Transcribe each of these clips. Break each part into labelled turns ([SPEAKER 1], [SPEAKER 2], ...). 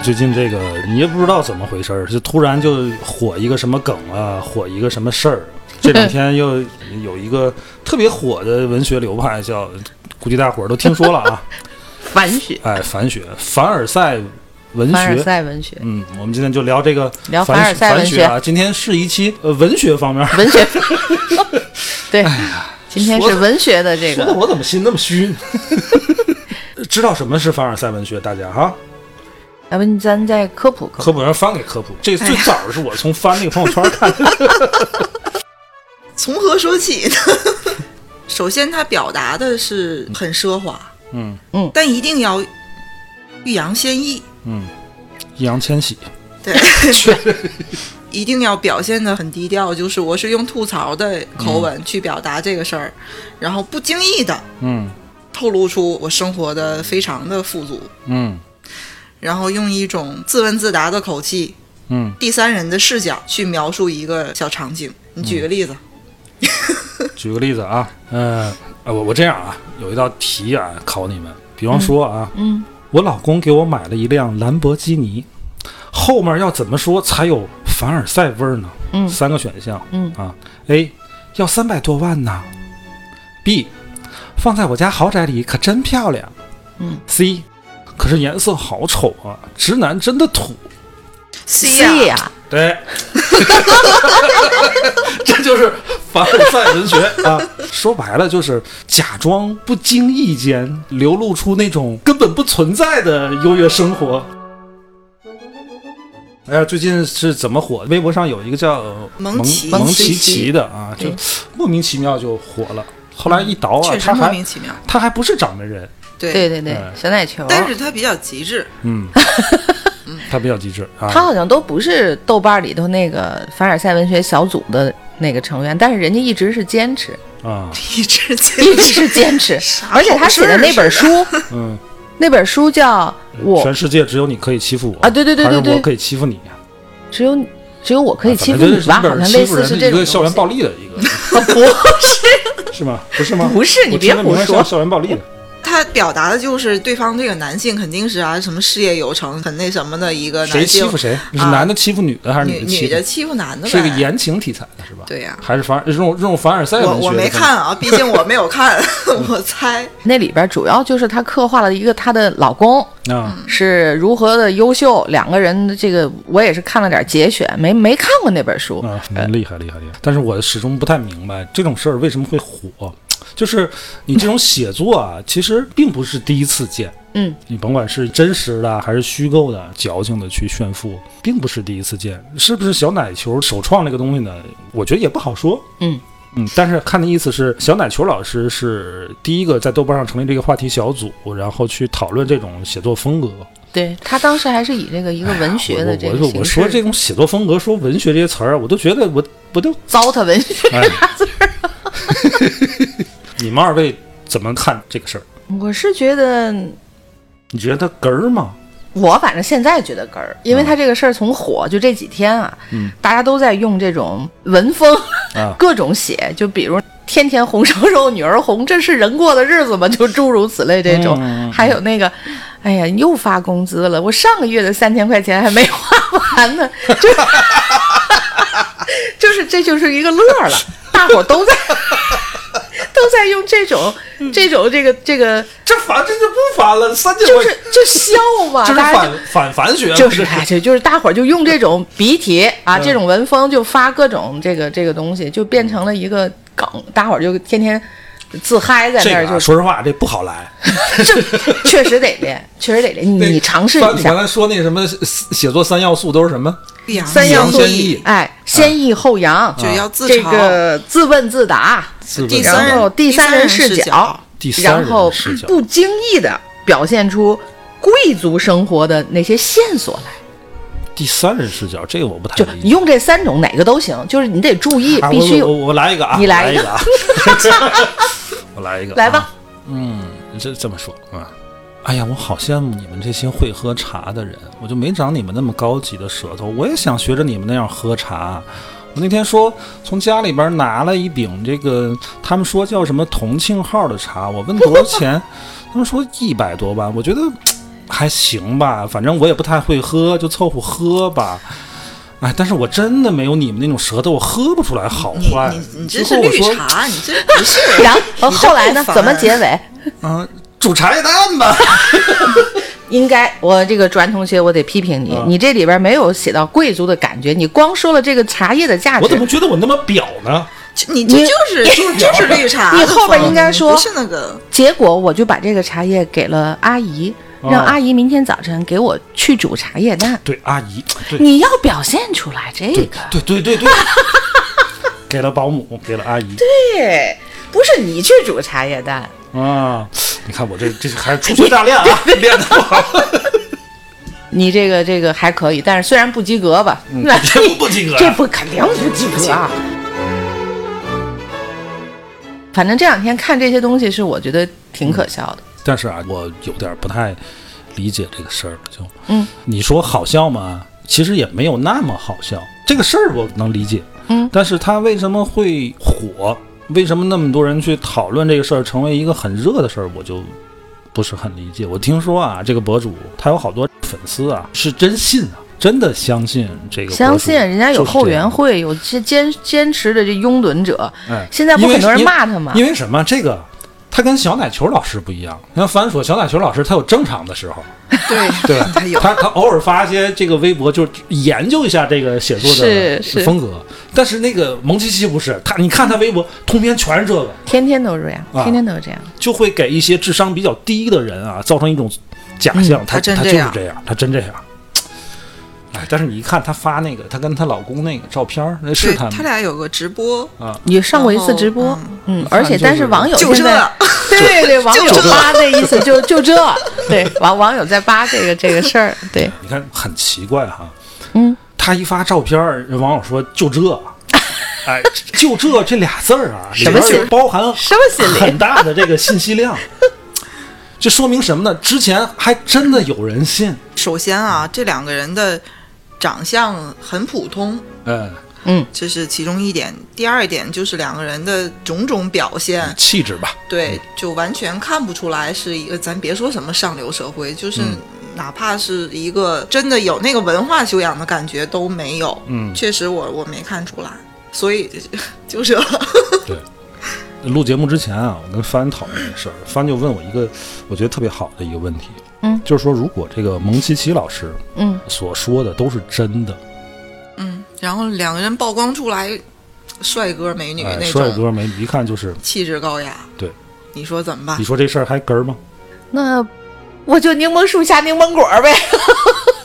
[SPEAKER 1] 最近这个你也不知道怎么回事儿，就突然就火一个什么梗啊，火一个什么事儿。这两天又有一个特别火的文学流派叫，估计大伙儿都听说了啊，
[SPEAKER 2] 反雪，
[SPEAKER 1] 哎，反雪，凡尔赛文学。
[SPEAKER 2] 凡尔赛文学，
[SPEAKER 1] 嗯，我们今天就聊这个
[SPEAKER 2] 聊
[SPEAKER 1] 凡
[SPEAKER 2] 凡尔赛文
[SPEAKER 1] 学啊。今天是一期呃文学方面，
[SPEAKER 2] 文学， 对，今天是文学的 这
[SPEAKER 1] 说的
[SPEAKER 2] 个
[SPEAKER 1] 我怎么心那么虚？ 知道什么是凡尔赛文学，大家哈，
[SPEAKER 2] 要不咱再科普科普。
[SPEAKER 1] 科普让翻给科普。这最早是我从翻那个朋友圈看的。
[SPEAKER 3] 从何说起呢？ 首先，它表达的是很奢华，
[SPEAKER 1] 嗯
[SPEAKER 3] 但一定要欲扬先抑，
[SPEAKER 1] 嗯， 易烊千玺，
[SPEAKER 3] 对， 一定要表现的很低调，就是我是用吐槽的口
[SPEAKER 2] 嗯
[SPEAKER 3] 吻去表达这个事儿，然后不经意的
[SPEAKER 1] 嗯
[SPEAKER 3] 透露出我生活的非常的富足，
[SPEAKER 1] 嗯
[SPEAKER 3] 然后用一种自问自答的口气
[SPEAKER 1] 嗯，
[SPEAKER 3] 第三人的视角去描述一个小场景。你举个
[SPEAKER 1] 嗯
[SPEAKER 3] 例子，
[SPEAKER 1] 举个例子啊，嗯、呃，啊我我这样啊，有一道题啊考你们，比方说啊，
[SPEAKER 2] 嗯，
[SPEAKER 1] 我老公给我买了一辆兰博基尼，后面要怎么说才有凡尔赛味儿呢？
[SPEAKER 2] 嗯
[SPEAKER 1] 三个选项，
[SPEAKER 2] 嗯
[SPEAKER 1] 啊，A 要三百多万呢，B 放在我家豪宅里可真漂亮，
[SPEAKER 2] 嗯
[SPEAKER 1] ，C 可是颜色好丑啊，直男真的土，
[SPEAKER 3] C 呀、
[SPEAKER 2] C 呀，
[SPEAKER 1] 对， 这就是凡尔赛文学 啊！说白了就是假装不经意间流露出那种根本不存在的优越生活。哎呀，最近是怎么火？微博上有一个叫
[SPEAKER 3] 蒙
[SPEAKER 1] 蒙
[SPEAKER 3] 奇
[SPEAKER 1] 蒙
[SPEAKER 2] 蒙
[SPEAKER 1] 奇
[SPEAKER 2] 奇
[SPEAKER 1] 奇
[SPEAKER 2] 奇
[SPEAKER 1] 的啊，就
[SPEAKER 2] 对
[SPEAKER 1] 莫名其妙就火了。后来一倒啊，
[SPEAKER 3] 嗯确实
[SPEAKER 1] 他
[SPEAKER 3] 莫
[SPEAKER 1] 还
[SPEAKER 3] 名其妙。
[SPEAKER 1] 他还不是掌门人，
[SPEAKER 3] 对，
[SPEAKER 2] 对对对
[SPEAKER 1] 嗯，
[SPEAKER 2] 小奶球。
[SPEAKER 3] 但是他比较极 致，
[SPEAKER 1] 嗯，他比较机智啊。
[SPEAKER 2] 他好像都不是豆瓣里头那个凡尔赛文学小组的那个成员，但是人家一直是坚持，
[SPEAKER 1] 啊，
[SPEAKER 3] 一直坚
[SPEAKER 2] 一直是 坚持，而且他写的那本书，
[SPEAKER 1] 嗯，
[SPEAKER 2] 那本书叫《我
[SPEAKER 1] 全世界只有你可以欺负我
[SPEAKER 2] 啊对对对
[SPEAKER 1] 还是
[SPEAKER 2] 对对
[SPEAKER 1] 我可以欺负你。啊
[SPEAKER 2] 只有你只有我可以欺负
[SPEAKER 1] 反
[SPEAKER 2] 你
[SPEAKER 1] 正就是
[SPEAKER 2] 吧，
[SPEAKER 1] 一本
[SPEAKER 2] 好像类
[SPEAKER 1] 欺负人
[SPEAKER 2] 似
[SPEAKER 1] 的
[SPEAKER 2] 是这
[SPEAKER 1] 一
[SPEAKER 2] 种
[SPEAKER 1] 个校园暴
[SPEAKER 2] 东西。
[SPEAKER 1] 力的一个，
[SPEAKER 2] 不
[SPEAKER 1] 是吗？不是吗？
[SPEAKER 2] 不是你
[SPEAKER 1] 我
[SPEAKER 2] 别
[SPEAKER 1] 听着
[SPEAKER 2] 胡
[SPEAKER 1] 明白
[SPEAKER 2] 说
[SPEAKER 1] 像校园暴力的，
[SPEAKER 3] 他表达的就是对方这个男性肯定是啊什么事业有成，很那什么的一个
[SPEAKER 1] 谁
[SPEAKER 3] 男
[SPEAKER 1] 欺
[SPEAKER 3] 性
[SPEAKER 1] 负，谁？是
[SPEAKER 3] 啊
[SPEAKER 1] 男的欺负女的还是的
[SPEAKER 3] 女女
[SPEAKER 1] 欺
[SPEAKER 3] 的
[SPEAKER 1] 负？
[SPEAKER 3] 欺负男的呗。
[SPEAKER 1] 是一个言情题材的是吧？
[SPEAKER 3] 对呀
[SPEAKER 1] 还是凡这种这种凡尔赛文学
[SPEAKER 3] 我
[SPEAKER 1] 的
[SPEAKER 3] 我没
[SPEAKER 1] 风格
[SPEAKER 3] 看 啊，毕竟我没有看，
[SPEAKER 1] 嗯
[SPEAKER 3] 我猜。
[SPEAKER 2] 那里边主要就是她刻画了一个她的老公
[SPEAKER 1] 啊，
[SPEAKER 2] 是如何的优秀，两个人的这个我也是看了点节选，没没看过那本书。
[SPEAKER 1] 啊，厉害厉害厉害！但是我始终不太明白这种事儿为什么会火，就是你这种写作啊，其实并不是第一次见。
[SPEAKER 2] 嗯，
[SPEAKER 1] 你甭管是真实的还是虚构的，矫情的去炫富，并不是第一次见。是不是小奶球首创这个东西呢？我觉得也不好说。
[SPEAKER 2] 嗯
[SPEAKER 1] 嗯，但是看的意思是，小奶球老师是第一个在豆瓣上成立这个话题小组，然后去讨论这种写作风格。
[SPEAKER 2] 对她当时还是以这个一个文学的这
[SPEAKER 1] 哎我我
[SPEAKER 2] 个
[SPEAKER 1] 我
[SPEAKER 2] 形
[SPEAKER 1] 我
[SPEAKER 2] 式
[SPEAKER 1] 说这种写作风格，说文学这些词儿，我都觉得我我都
[SPEAKER 2] 糟蹋文学。
[SPEAKER 1] 哎，你们二位怎么看这个事儿？
[SPEAKER 2] 我是觉得，
[SPEAKER 1] 你觉得它哏儿吗？
[SPEAKER 2] 我反正现在觉得哏儿，因为她这个事儿从火就这几天啊，
[SPEAKER 1] 嗯
[SPEAKER 2] 大家都在用这种文风。
[SPEAKER 1] 啊，
[SPEAKER 2] 各种写，就比如“天天红烧肉，女儿红”，这是人过的日子吗？ 就诸如此类这种。
[SPEAKER 1] 嗯嗯嗯
[SPEAKER 2] 还有那个，哎呀，又发工资了，我上个月的三千块钱还没花完呢， 就就是这就是一个乐儿了，大伙儿都在 都在用这种这种这个这个，
[SPEAKER 1] 这烦这就不烦了，三千
[SPEAKER 2] 就是就笑嘛，
[SPEAKER 1] 这是
[SPEAKER 2] 大家就
[SPEAKER 1] 反反反 学，
[SPEAKER 2] 就是
[SPEAKER 1] 这
[SPEAKER 2] 哎，就就是大伙儿就用这种笔帖啊，
[SPEAKER 1] 嗯
[SPEAKER 2] 这种文风就发各种这个这个东西，就变成了一个梗，大伙儿就天天自嗨在
[SPEAKER 1] 这
[SPEAKER 2] 那儿，
[SPEAKER 1] 个啊
[SPEAKER 2] 就
[SPEAKER 1] 说实话，这不好来。
[SPEAKER 2] 这确实得练，确实得练，
[SPEAKER 1] 那
[SPEAKER 2] 你尝试
[SPEAKER 1] 翻
[SPEAKER 2] 一
[SPEAKER 1] 你刚
[SPEAKER 2] 下。
[SPEAKER 1] 才说那什么写写作三要素都是什么？
[SPEAKER 3] 欲扬
[SPEAKER 2] 三要素
[SPEAKER 1] 先抑啊
[SPEAKER 2] 哎，先抑后扬，
[SPEAKER 3] 就要自
[SPEAKER 2] 这
[SPEAKER 3] 嘲
[SPEAKER 2] 个自问自答，
[SPEAKER 1] 自问
[SPEAKER 3] 第
[SPEAKER 1] 自答
[SPEAKER 3] 三人
[SPEAKER 2] 然后第
[SPEAKER 3] 三
[SPEAKER 2] 三
[SPEAKER 3] 人
[SPEAKER 2] 人
[SPEAKER 3] 视
[SPEAKER 2] 视
[SPEAKER 3] 角
[SPEAKER 2] 角，
[SPEAKER 1] 第三人
[SPEAKER 2] 然后
[SPEAKER 1] 视角
[SPEAKER 2] 不经意的表现出贵族生活的那些线索来。
[SPEAKER 1] 第三人视角，这个我不太
[SPEAKER 2] 就
[SPEAKER 1] 理
[SPEAKER 2] 你
[SPEAKER 1] 解。
[SPEAKER 2] 用这三种哪个都行，就是你得注意，
[SPEAKER 1] 哎啊，
[SPEAKER 2] 必
[SPEAKER 1] 我
[SPEAKER 2] 须
[SPEAKER 1] 我
[SPEAKER 2] 有。
[SPEAKER 1] 我我来一个啊，
[SPEAKER 2] 你来
[SPEAKER 1] 来
[SPEAKER 2] 一
[SPEAKER 1] 一
[SPEAKER 2] 个
[SPEAKER 1] 个啊，我来一个，
[SPEAKER 2] 来吧。
[SPEAKER 1] 嗯，这这么说啊，哎呀，我好羡慕你们这些会喝茶的人，我就没长你们那么高级的舌头，我也想学着你们那样喝茶。我那天说从家里边拿了一饼这个，他们说叫什么同庆号的茶，我问多少钱，他们说一百多吧，我觉得还行吧，反正我也不太会喝，就凑合喝吧。哎，但是我真的没有你们那种舌头，我喝不出来好
[SPEAKER 3] 你
[SPEAKER 1] 坏。
[SPEAKER 3] 你你这是
[SPEAKER 1] 最后我
[SPEAKER 3] 绿
[SPEAKER 1] 说
[SPEAKER 3] 茶，你这不是
[SPEAKER 2] 然后后来呢
[SPEAKER 3] 你这？不
[SPEAKER 2] 怎么
[SPEAKER 3] 烦
[SPEAKER 2] 结尾？
[SPEAKER 1] 啊，煮茶叶蛋吧。
[SPEAKER 2] 应该，我这个阮同学，我得批评你，
[SPEAKER 1] 啊
[SPEAKER 2] 你这里边没有写到贵族的感觉，你光说了这个茶叶的价值。
[SPEAKER 1] 我怎么觉得我那么表呢？
[SPEAKER 3] 就你这就是就就是绿茶的
[SPEAKER 2] 你
[SPEAKER 3] 风，
[SPEAKER 2] 后边应该说
[SPEAKER 3] 不是那个
[SPEAKER 2] 结果我就把这个茶叶给了阿姨，
[SPEAKER 1] 哦
[SPEAKER 2] 让阿姨明天早晨给我去煮茶叶蛋。
[SPEAKER 1] 对，阿姨，对，
[SPEAKER 2] 你要表现出来这
[SPEAKER 1] 对
[SPEAKER 2] 个，，
[SPEAKER 1] 对，对，对，对， 给了保姆，给了阿姨
[SPEAKER 2] 对，不是你去煮茶叶蛋，
[SPEAKER 1] 啊！你看我这这还是粗心大练 啊，练的不好，
[SPEAKER 2] 你这个这个还可以，但是虽然不及格吧， 那
[SPEAKER 1] 这不不及格啊
[SPEAKER 2] 这不肯定不及格啊。反正这两天看这些东西是我觉得挺可笑的，
[SPEAKER 1] 但是啊，我有点不太理解这个事儿，就
[SPEAKER 2] 嗯，
[SPEAKER 1] 你说好笑吗？其实也没有那么好笑，这个事儿我能理解，
[SPEAKER 2] 嗯，
[SPEAKER 1] 但是它为什么会火？为什么那么多人去讨论这个事儿，成为一个很热的事儿？我就不是很理解。我听说啊，这个博主他有好多粉丝啊，是真信啊，真的相信这个博主，
[SPEAKER 2] 相信人家有
[SPEAKER 1] 就是这
[SPEAKER 2] 后援
[SPEAKER 1] 样
[SPEAKER 2] 会，有这坚坚持的这拥趸者，
[SPEAKER 1] 哎，
[SPEAKER 2] 现在不
[SPEAKER 1] 因为
[SPEAKER 2] 很多人
[SPEAKER 1] 因
[SPEAKER 2] 骂他吗
[SPEAKER 1] 因为什么？这个他跟小奶球老师不一样。你看翻说，小奶球老师他有正常的时候，
[SPEAKER 3] 对
[SPEAKER 1] 对吧，
[SPEAKER 3] 他有
[SPEAKER 1] 他他偶尔发一些这个微博，就是研究一下这个写作的
[SPEAKER 2] 是是
[SPEAKER 1] 风格。但是那个蒙奇奇不是他，你看他微博通篇全是这个，
[SPEAKER 2] 天天都是这样，
[SPEAKER 1] 啊
[SPEAKER 2] 天天都是这样。
[SPEAKER 1] 就会给一些智商比较低的人啊造成一种假象，他
[SPEAKER 3] 嗯他真
[SPEAKER 1] 他就
[SPEAKER 3] 这
[SPEAKER 1] 是
[SPEAKER 3] 样
[SPEAKER 1] 这样，他真这样。哎，但是你一看她发那个，她跟她老公那个照片儿，那是
[SPEAKER 3] 对
[SPEAKER 1] 他
[SPEAKER 3] 他俩有个直播，
[SPEAKER 2] 也上过一次直播
[SPEAKER 3] 然后，
[SPEAKER 2] 嗯，
[SPEAKER 1] 看
[SPEAKER 2] 而且
[SPEAKER 1] 就是
[SPEAKER 2] 但是网友
[SPEAKER 3] 哦就这
[SPEAKER 2] 现在， 对对，网友
[SPEAKER 3] 就这
[SPEAKER 2] 扒这意思就就这，对网网友在扒这个这个事儿，对，
[SPEAKER 1] 你看很奇怪哈、
[SPEAKER 2] 嗯，
[SPEAKER 1] 他一发照片儿，人网友说就这， 哎，就这这俩字儿啊，里
[SPEAKER 2] 什么
[SPEAKER 1] 边
[SPEAKER 2] 心
[SPEAKER 1] 就包含
[SPEAKER 2] 什么心理
[SPEAKER 1] 很大的这个信息量。 这说明什么呢？之前还真的有人信，
[SPEAKER 3] 首先啊，这两个人的长相很普通，
[SPEAKER 1] 嗯，
[SPEAKER 3] 这是其中一点。第二点就是两个人的种种表现，
[SPEAKER 1] 气质吧，
[SPEAKER 3] 对，就完全看不出来是一个，咱别说什么上流社会，就是
[SPEAKER 1] 嗯
[SPEAKER 3] 哪怕是一个真的有那个文化修养的感觉都没有。
[SPEAKER 1] 嗯
[SPEAKER 3] 确实我我没看出来，所以 就是
[SPEAKER 1] 嗯对。录节目之前啊，我跟帆讨论这事儿，帆就问我一个我觉得特别好的一个问题，
[SPEAKER 2] 嗯
[SPEAKER 1] 就是说如果这个蒙奇奇老师
[SPEAKER 2] 嗯，
[SPEAKER 1] 所说的都是真的，
[SPEAKER 3] 嗯，然后两个人曝光出来，帅哥美女
[SPEAKER 1] 哎，
[SPEAKER 3] 那
[SPEAKER 1] 帅
[SPEAKER 3] 种，
[SPEAKER 1] 哥美女一看就是，
[SPEAKER 2] 啊
[SPEAKER 3] 气质高雅，
[SPEAKER 1] 对，
[SPEAKER 3] 你说怎么办
[SPEAKER 1] 你？说这事儿还根儿吗？
[SPEAKER 2] 那我就柠檬树下柠檬果儿呗，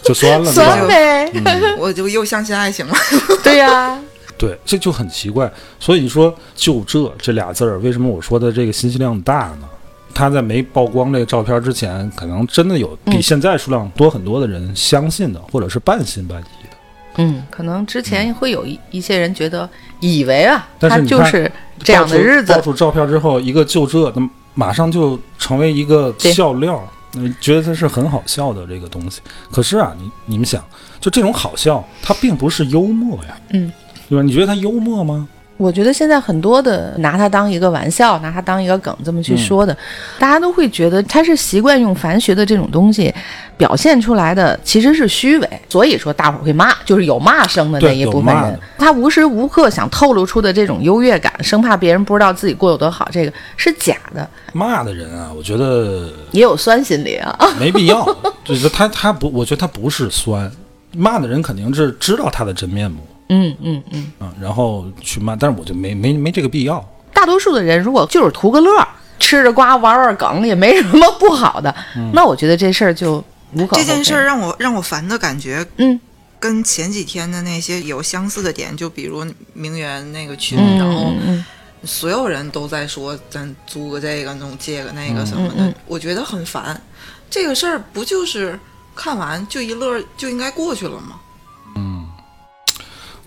[SPEAKER 1] 就嗯酸了，对吧
[SPEAKER 2] 酸呗，
[SPEAKER 3] 我就又相信爱情了。
[SPEAKER 2] 对呀，
[SPEAKER 1] 对，这就很奇怪。所以你说“就这”这俩字儿，为什么我说的这个信息量大呢？他在没曝光这个照片之前，可能真的有比
[SPEAKER 2] 嗯
[SPEAKER 1] 现在数量多很多的人相信的，或者是半信半疑的。
[SPEAKER 2] 嗯，可能之前会有一一些人觉得以为啊，
[SPEAKER 1] 但是
[SPEAKER 2] 他
[SPEAKER 1] 你
[SPEAKER 2] 就
[SPEAKER 1] 看
[SPEAKER 2] 是这样的日
[SPEAKER 1] 爆
[SPEAKER 2] 子，
[SPEAKER 1] 出照片之后，一个“就这”，那么马上就成为一个
[SPEAKER 2] 对
[SPEAKER 1] 笑料，嗯，觉得它是很好笑的这个东西。可是啊，你你们想，就这种好笑，它并不是幽默呀，
[SPEAKER 2] 嗯，
[SPEAKER 1] 对吧？你觉得它幽默吗？
[SPEAKER 2] 我觉得现在很多的拿它当一个玩笑，拿它当一个梗这么去说的，
[SPEAKER 1] 嗯
[SPEAKER 2] 大家都会觉得他是习惯用凡学的这种东西表现出来的，其实是虚伪。所以说大伙儿会骂，就是有骂声的那
[SPEAKER 1] 对
[SPEAKER 2] 一部
[SPEAKER 1] 有
[SPEAKER 2] 分
[SPEAKER 1] 骂
[SPEAKER 2] 人
[SPEAKER 1] 的，
[SPEAKER 2] 他无时无刻想透露出的这种优越感，生怕别人不知道自己过有多好，这个是假的，
[SPEAKER 1] 骂的人啊，我觉得
[SPEAKER 2] 也有酸心理啊。啊
[SPEAKER 1] 没必要。就是他他不，我觉得他不是酸，骂的人肯定是知道他的真面目
[SPEAKER 2] 嗯嗯嗯，
[SPEAKER 1] 啊、然后去骂，但是我就没没没这个必要。
[SPEAKER 2] 大多数的人如果就是图个乐儿，吃着瓜玩玩梗，也没什么不好的，
[SPEAKER 1] 嗯
[SPEAKER 2] 那我觉得这事儿就无可厚非。
[SPEAKER 3] 这件事儿让我让我烦的感觉，
[SPEAKER 2] 嗯，
[SPEAKER 3] 跟前几天的那些有相似的点，就比如名媛那个群，
[SPEAKER 2] 嗯，
[SPEAKER 3] 然后
[SPEAKER 2] 嗯嗯嗯
[SPEAKER 3] 所有人都在说咱租个这个弄借个那个什么的，
[SPEAKER 2] 嗯嗯
[SPEAKER 3] 我觉得很烦。这个事儿不就是看完就一乐就应该过去了吗？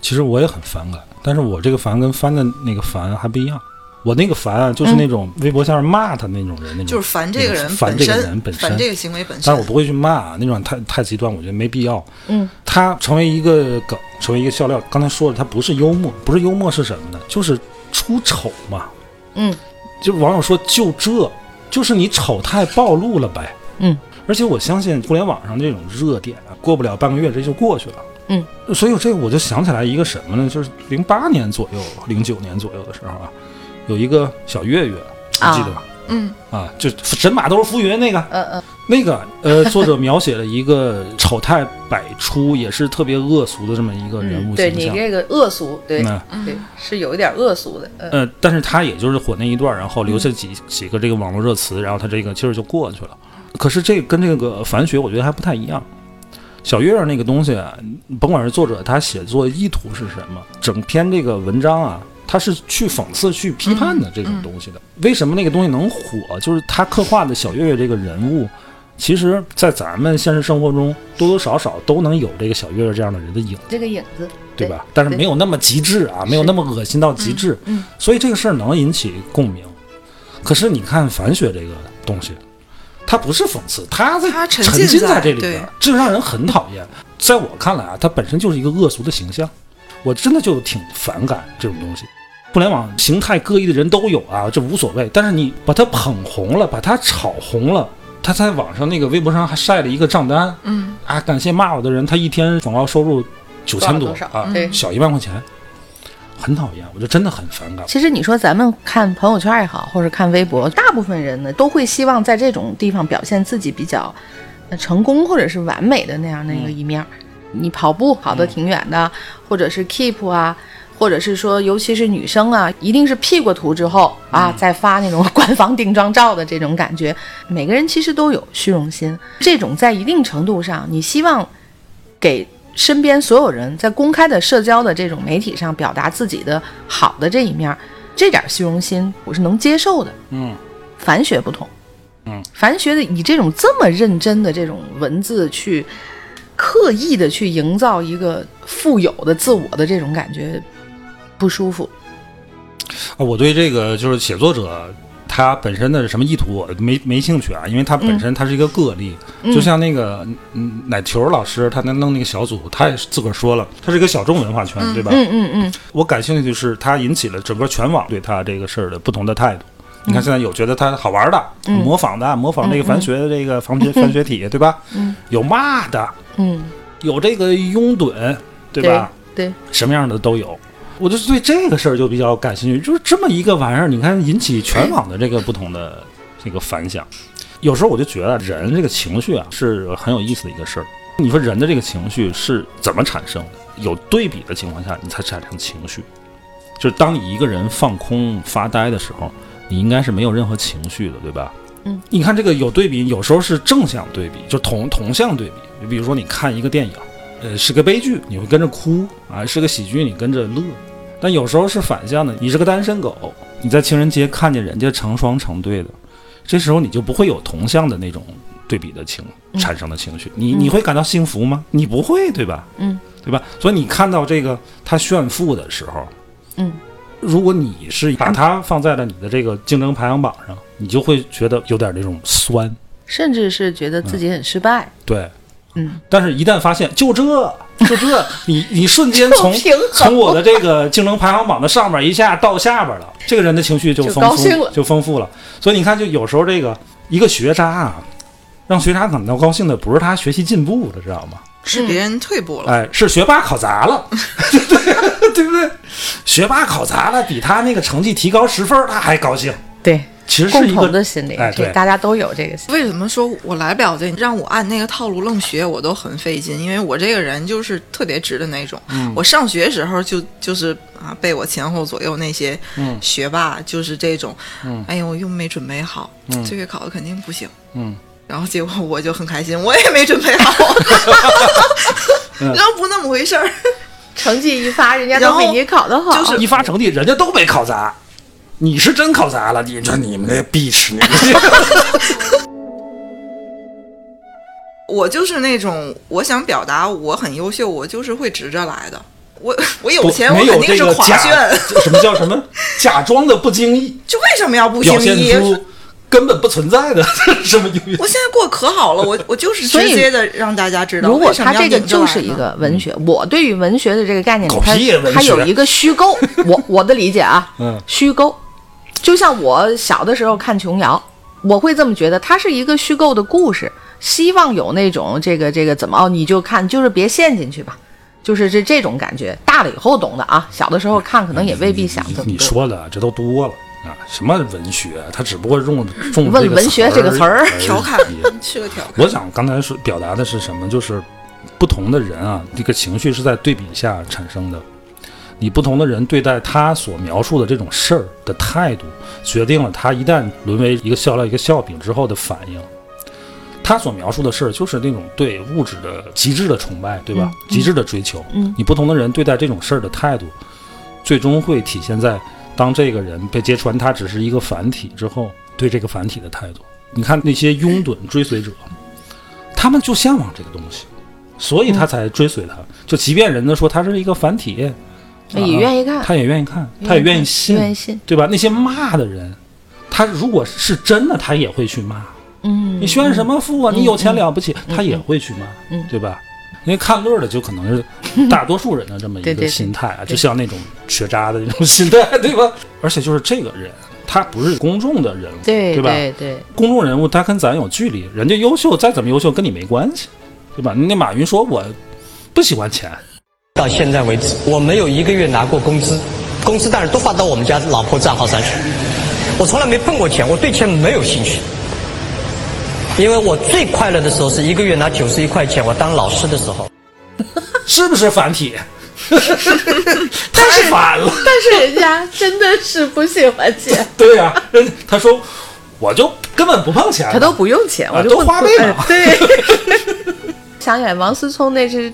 [SPEAKER 1] 其实我也很反感，但是我这个烦跟翻的那个烦还不一样。我那个烦啊，就是那种微博下面骂他那种人，那种
[SPEAKER 3] 嗯就是烦这个人
[SPEAKER 1] 嗯烦
[SPEAKER 3] 本
[SPEAKER 1] 这个
[SPEAKER 3] 身
[SPEAKER 1] 人，本身
[SPEAKER 3] 烦。这个行为本
[SPEAKER 1] 但是我
[SPEAKER 3] 身。
[SPEAKER 1] 不会去骂啊那种太太极端，我觉得没必要。
[SPEAKER 2] 嗯，
[SPEAKER 1] 它成为一个梗，成为一个笑料。刚才说了，它不是幽默，不是幽默是什么呢？就是出丑嘛。
[SPEAKER 2] 嗯，
[SPEAKER 1] 就网友说就这，就是你丑太暴露了呗。
[SPEAKER 2] 嗯，
[SPEAKER 1] 而且我相信互联网上这种热点啊，过不了半个月这就过去了。
[SPEAKER 2] 嗯，
[SPEAKER 1] 所以这个我就想起来一个什么呢？就是零八年左右、零九年左右的时候啊，有一个小岳岳，你记得吧？
[SPEAKER 3] 嗯，
[SPEAKER 1] 啊，就神马都是浮云那个，
[SPEAKER 2] 嗯嗯
[SPEAKER 1] 那个呃，作者描写了一个丑态百出，也是特别恶俗的这么一个人
[SPEAKER 2] 嗯，
[SPEAKER 1] 物
[SPEAKER 2] 对
[SPEAKER 1] 形
[SPEAKER 2] 你
[SPEAKER 1] 象。
[SPEAKER 2] 这个恶俗，对
[SPEAKER 1] 嗯
[SPEAKER 2] 对，是有一点恶俗的，嗯
[SPEAKER 1] 呃，但是他也就是火那一段儿，然后留下几几个这个网络热词，然后他这个其实就过去了。可是这跟这个反学，我觉得还不太一样。小月儿那个东西啊，甭管是作者他写作意图是什么，整篇这个文章啊，他是去讽刺、去批判的这种东西的。为什么那个东西能火？就是他刻画的小月月这个人物，其实，在咱们现实生活中多多少少都能有这个小月月这样的人的影子
[SPEAKER 2] 这个影子，
[SPEAKER 1] 对吧？但是没有那么极致啊，没有那么恶心到极致，
[SPEAKER 2] 嗯嗯
[SPEAKER 1] 所以这个事儿能引起共鸣。可是你看反雪这个东西，它不是讽刺，它在
[SPEAKER 3] 它沉
[SPEAKER 1] 沉
[SPEAKER 3] 浸
[SPEAKER 1] 浸
[SPEAKER 3] 在
[SPEAKER 1] 这里边
[SPEAKER 3] 对
[SPEAKER 1] 儿，这让人很讨厌。在我看来啊，它本身就是一个恶俗的形象，我真的就挺反感这种东西。互联网形态各异的人都有啊，这无所谓。但是你把它捧红了，把它炒红了，他在网上那个微博上还晒了一个账单，
[SPEAKER 3] 嗯
[SPEAKER 1] 啊，感谢骂我的人，他一天广告收入九千多
[SPEAKER 2] 多少嗯
[SPEAKER 1] 啊，
[SPEAKER 2] 对
[SPEAKER 1] 小一万块钱，很讨厌，我就真的很反感。
[SPEAKER 2] 其实你说咱们看朋友圈也好，或者看微博，大部分人呢都会希望在这种地方表现自己比较呃成功或者是完美的那样的一个一面儿。你跑步跑得挺远的，或者是 keep 啊，或者是说，尤其是女生啊，一定是 P 过图之后啊，再发那种 官方定妆照的这种感觉。每个人其实都有虚荣心，这种在一定程度上，你希望给身边所有人在公开的社交的这种媒体上表达自己的好的这一面儿，这点虚荣心我是能接受的。
[SPEAKER 1] 嗯，
[SPEAKER 2] 凡学不同，
[SPEAKER 1] 嗯，
[SPEAKER 2] 凡学的以这种这么认真的这种文字去刻意的去营造一个富有的自我的这种感觉不舒服。
[SPEAKER 1] 啊，我对这个就是写作者他本身的什么意图我没没兴趣啊，因为他
[SPEAKER 2] 嗯
[SPEAKER 1] 本身他是一个个例，就像那个嗯奶球老师他那弄那个小组，他也是自个儿说了，他是一个小众文化圈，对吧？
[SPEAKER 2] 嗯嗯嗯，
[SPEAKER 1] 我感兴趣的是他引起了整个全网对他这个事儿的不同的态度。你
[SPEAKER 2] 嗯
[SPEAKER 1] 看，现在有觉得他好玩的，模仿的，啊模仿这个反学的这个 防学反学体，对吧？
[SPEAKER 2] 嗯，
[SPEAKER 1] 有骂的，
[SPEAKER 2] 嗯，
[SPEAKER 1] 有这个拥趸，对吧？
[SPEAKER 2] 对，
[SPEAKER 1] 什么样的都有。我就是对这个事儿就比较感兴趣，就是这么一个玩意儿，你看引起全网的这个不同的这个反响。有时候我就觉得人这个情绪啊是很有意思的一个事儿。你说人的这个情绪是怎么产生的？有对比的情况下，你才产生情绪。就是当你一个人放空发呆的时候，你应该是没有任何情绪的，对吧？
[SPEAKER 2] 嗯，
[SPEAKER 1] 你看这个有对比，有时候是正向对比，就同同向对比。你比如说，你看一个电影，呃，是个悲剧，你会跟着哭啊；是个喜剧，你跟着乐。但有时候是反向的，你是个单身狗，你在情人节看见人家成双成对的，这时候你就不会有同向的那种对比的情产生的情绪，你你会感到幸福吗？你不会，对吧？
[SPEAKER 2] 嗯，
[SPEAKER 1] 对吧？所以你看到这个他炫富的时候，
[SPEAKER 2] 嗯，
[SPEAKER 1] 如果你是把它放在了你的这个竞争排行榜上，你就会觉得有点那种酸，
[SPEAKER 2] 甚至是觉得自己很失败。
[SPEAKER 1] 对。
[SPEAKER 2] 嗯，
[SPEAKER 1] 但是，一旦发现就这就这， 你你瞬间从
[SPEAKER 2] 就平衡
[SPEAKER 1] 从我的这个竞争排行榜的上面一下到下边了，这个人的情绪就
[SPEAKER 2] 就
[SPEAKER 1] 丰
[SPEAKER 2] 高
[SPEAKER 1] 富
[SPEAKER 2] 兴了
[SPEAKER 1] 就丰富了。所以你看，就有时候这个一个学渣啊，让学渣感到高兴的不是他学习进步了，知道吗？
[SPEAKER 3] 是别人退步
[SPEAKER 2] 哦
[SPEAKER 3] 了。
[SPEAKER 1] 哎，是学霸考砸了， 对对不对？学霸考砸了，比他那个成绩提高十分儿，他还高兴。
[SPEAKER 2] 对，
[SPEAKER 1] 其实是
[SPEAKER 2] 共
[SPEAKER 1] 一
[SPEAKER 2] 同
[SPEAKER 1] 个
[SPEAKER 2] 的心理，
[SPEAKER 1] 哎
[SPEAKER 2] 这
[SPEAKER 1] 对
[SPEAKER 2] 大家都有这个心。
[SPEAKER 3] 为什么说我来不了这？让我按那个套路愣学，我都很费劲，因为我这个人就是特别直的那种。
[SPEAKER 1] 嗯
[SPEAKER 3] 我上学时候就就是啊，被我前后左右那些
[SPEAKER 1] 嗯
[SPEAKER 3] 学霸、就是这种，哎呦，我又没准备好，这个考的肯定不行。
[SPEAKER 1] 嗯，
[SPEAKER 3] 然后结果我就很开心，我也没准备好，
[SPEAKER 1] 嗯
[SPEAKER 3] 然后不那么回事儿。
[SPEAKER 2] 成绩一发，人家
[SPEAKER 3] 然
[SPEAKER 2] 都
[SPEAKER 3] 后
[SPEAKER 2] 比你考得好。
[SPEAKER 3] 就是
[SPEAKER 1] 一发成绩，人家都没考砸，你是真考砸了，你这你们这 bitch，你们
[SPEAKER 3] 我就是那种我想表达我很优秀，我就是会直着来的。我我有
[SPEAKER 1] 不
[SPEAKER 3] 钱，我
[SPEAKER 1] 没
[SPEAKER 3] 肯
[SPEAKER 1] 有
[SPEAKER 3] 定
[SPEAKER 1] 这
[SPEAKER 3] 是
[SPEAKER 1] 个
[SPEAKER 3] 垮
[SPEAKER 1] 假
[SPEAKER 3] 炫，
[SPEAKER 1] 什么叫什 么假装的不经意，
[SPEAKER 3] 就为什么要不经
[SPEAKER 1] 表现
[SPEAKER 3] 意？
[SPEAKER 1] 出根本不存在的 什么优越
[SPEAKER 3] 我现在过可好了，我我就是
[SPEAKER 2] 所以
[SPEAKER 3] 直接的让大家知道。
[SPEAKER 2] 如果
[SPEAKER 3] 为什
[SPEAKER 2] 他
[SPEAKER 3] 么要
[SPEAKER 2] 这个
[SPEAKER 3] 拧着
[SPEAKER 2] 就
[SPEAKER 3] 来
[SPEAKER 2] 是
[SPEAKER 3] 呢
[SPEAKER 2] 一个文学，我对于文学的这个概念里
[SPEAKER 1] 狗，
[SPEAKER 2] 它
[SPEAKER 1] 屁呀文
[SPEAKER 2] 它有
[SPEAKER 1] 学
[SPEAKER 2] 一个虚构， 我我的理解啊，
[SPEAKER 1] 嗯
[SPEAKER 2] 虚构，就像我小的时候看琼瑶，我会这么觉得，它是一个虚构的故事，希望有那种这个这个怎么哦，你就看，就是别陷进去吧。就是这这种感觉，大了以后懂的啊，小的时候看可能也未必想这么
[SPEAKER 1] 你
[SPEAKER 2] 多。
[SPEAKER 1] 说的这都多了啊，什么文学，他只不过用用
[SPEAKER 2] 问文学这个词儿
[SPEAKER 1] 儿
[SPEAKER 3] 调侃
[SPEAKER 1] 而已哎
[SPEAKER 3] 是个调侃。
[SPEAKER 1] 我想刚才是表达的是什么？就是不同的人啊，这个情绪是在对比下产生的。你不同的人对待他所描述的这种事儿的态度，决定了他一旦沦为一个笑料、一个笑柄之后的反应。他所描述的事儿就是那种对物质的极致的崇拜，对吧？极致的追求。
[SPEAKER 2] 嗯
[SPEAKER 1] 你不同的人对待这种事儿的态度，最终会体现在当这个人被揭穿他只是一个繁体之后，对这个繁体的态度。你看那些拥趸追随者，他们就向往这个东西，所以他才追随他。就即便人家说他是一个繁体，
[SPEAKER 2] 也
[SPEAKER 1] 啊
[SPEAKER 2] 哎愿意看，
[SPEAKER 1] 他也愿意看，他也愿意信，
[SPEAKER 2] 嗯愿意信，
[SPEAKER 1] 对吧？那些骂的人，他如果是真的，他也会去骂。
[SPEAKER 2] 嗯
[SPEAKER 1] 你，炫什么富啊？你有钱了不起，他也会去骂，
[SPEAKER 2] 嗯
[SPEAKER 1] 对吧？因为看乐儿的就可能是 大多数人的这么一
[SPEAKER 2] 对对
[SPEAKER 1] 个
[SPEAKER 2] 对
[SPEAKER 1] 心态啊，
[SPEAKER 2] 对
[SPEAKER 1] 就像那种学渣的那种心态，对吧？而且就是这个人，他不是公众的人物，
[SPEAKER 2] 对
[SPEAKER 1] 吧？
[SPEAKER 2] 对对，
[SPEAKER 1] 公众人物他跟咱有距离，人家优秀再怎么优秀跟你没关系，对吧？那马云说我不喜欢 钱，
[SPEAKER 4] 到现在为止，我没有一个月拿过工资，工资当然都发到我们家老婆账号上去。我从来没碰过钱，我对钱没有兴趣。因为我最快乐的时候是一个月拿九十一块钱，我当老师的时候。
[SPEAKER 1] 是不是繁体？ 太反了，
[SPEAKER 2] 但是人家真的是不喜欢钱。
[SPEAKER 1] 对呀、人家他说我就根本不碰钱，
[SPEAKER 2] 他都不用钱，
[SPEAKER 1] 啊
[SPEAKER 2] 我就
[SPEAKER 1] 都
[SPEAKER 2] 不
[SPEAKER 1] 花呗嘛
[SPEAKER 2] 哎对， 想起来王思聪那是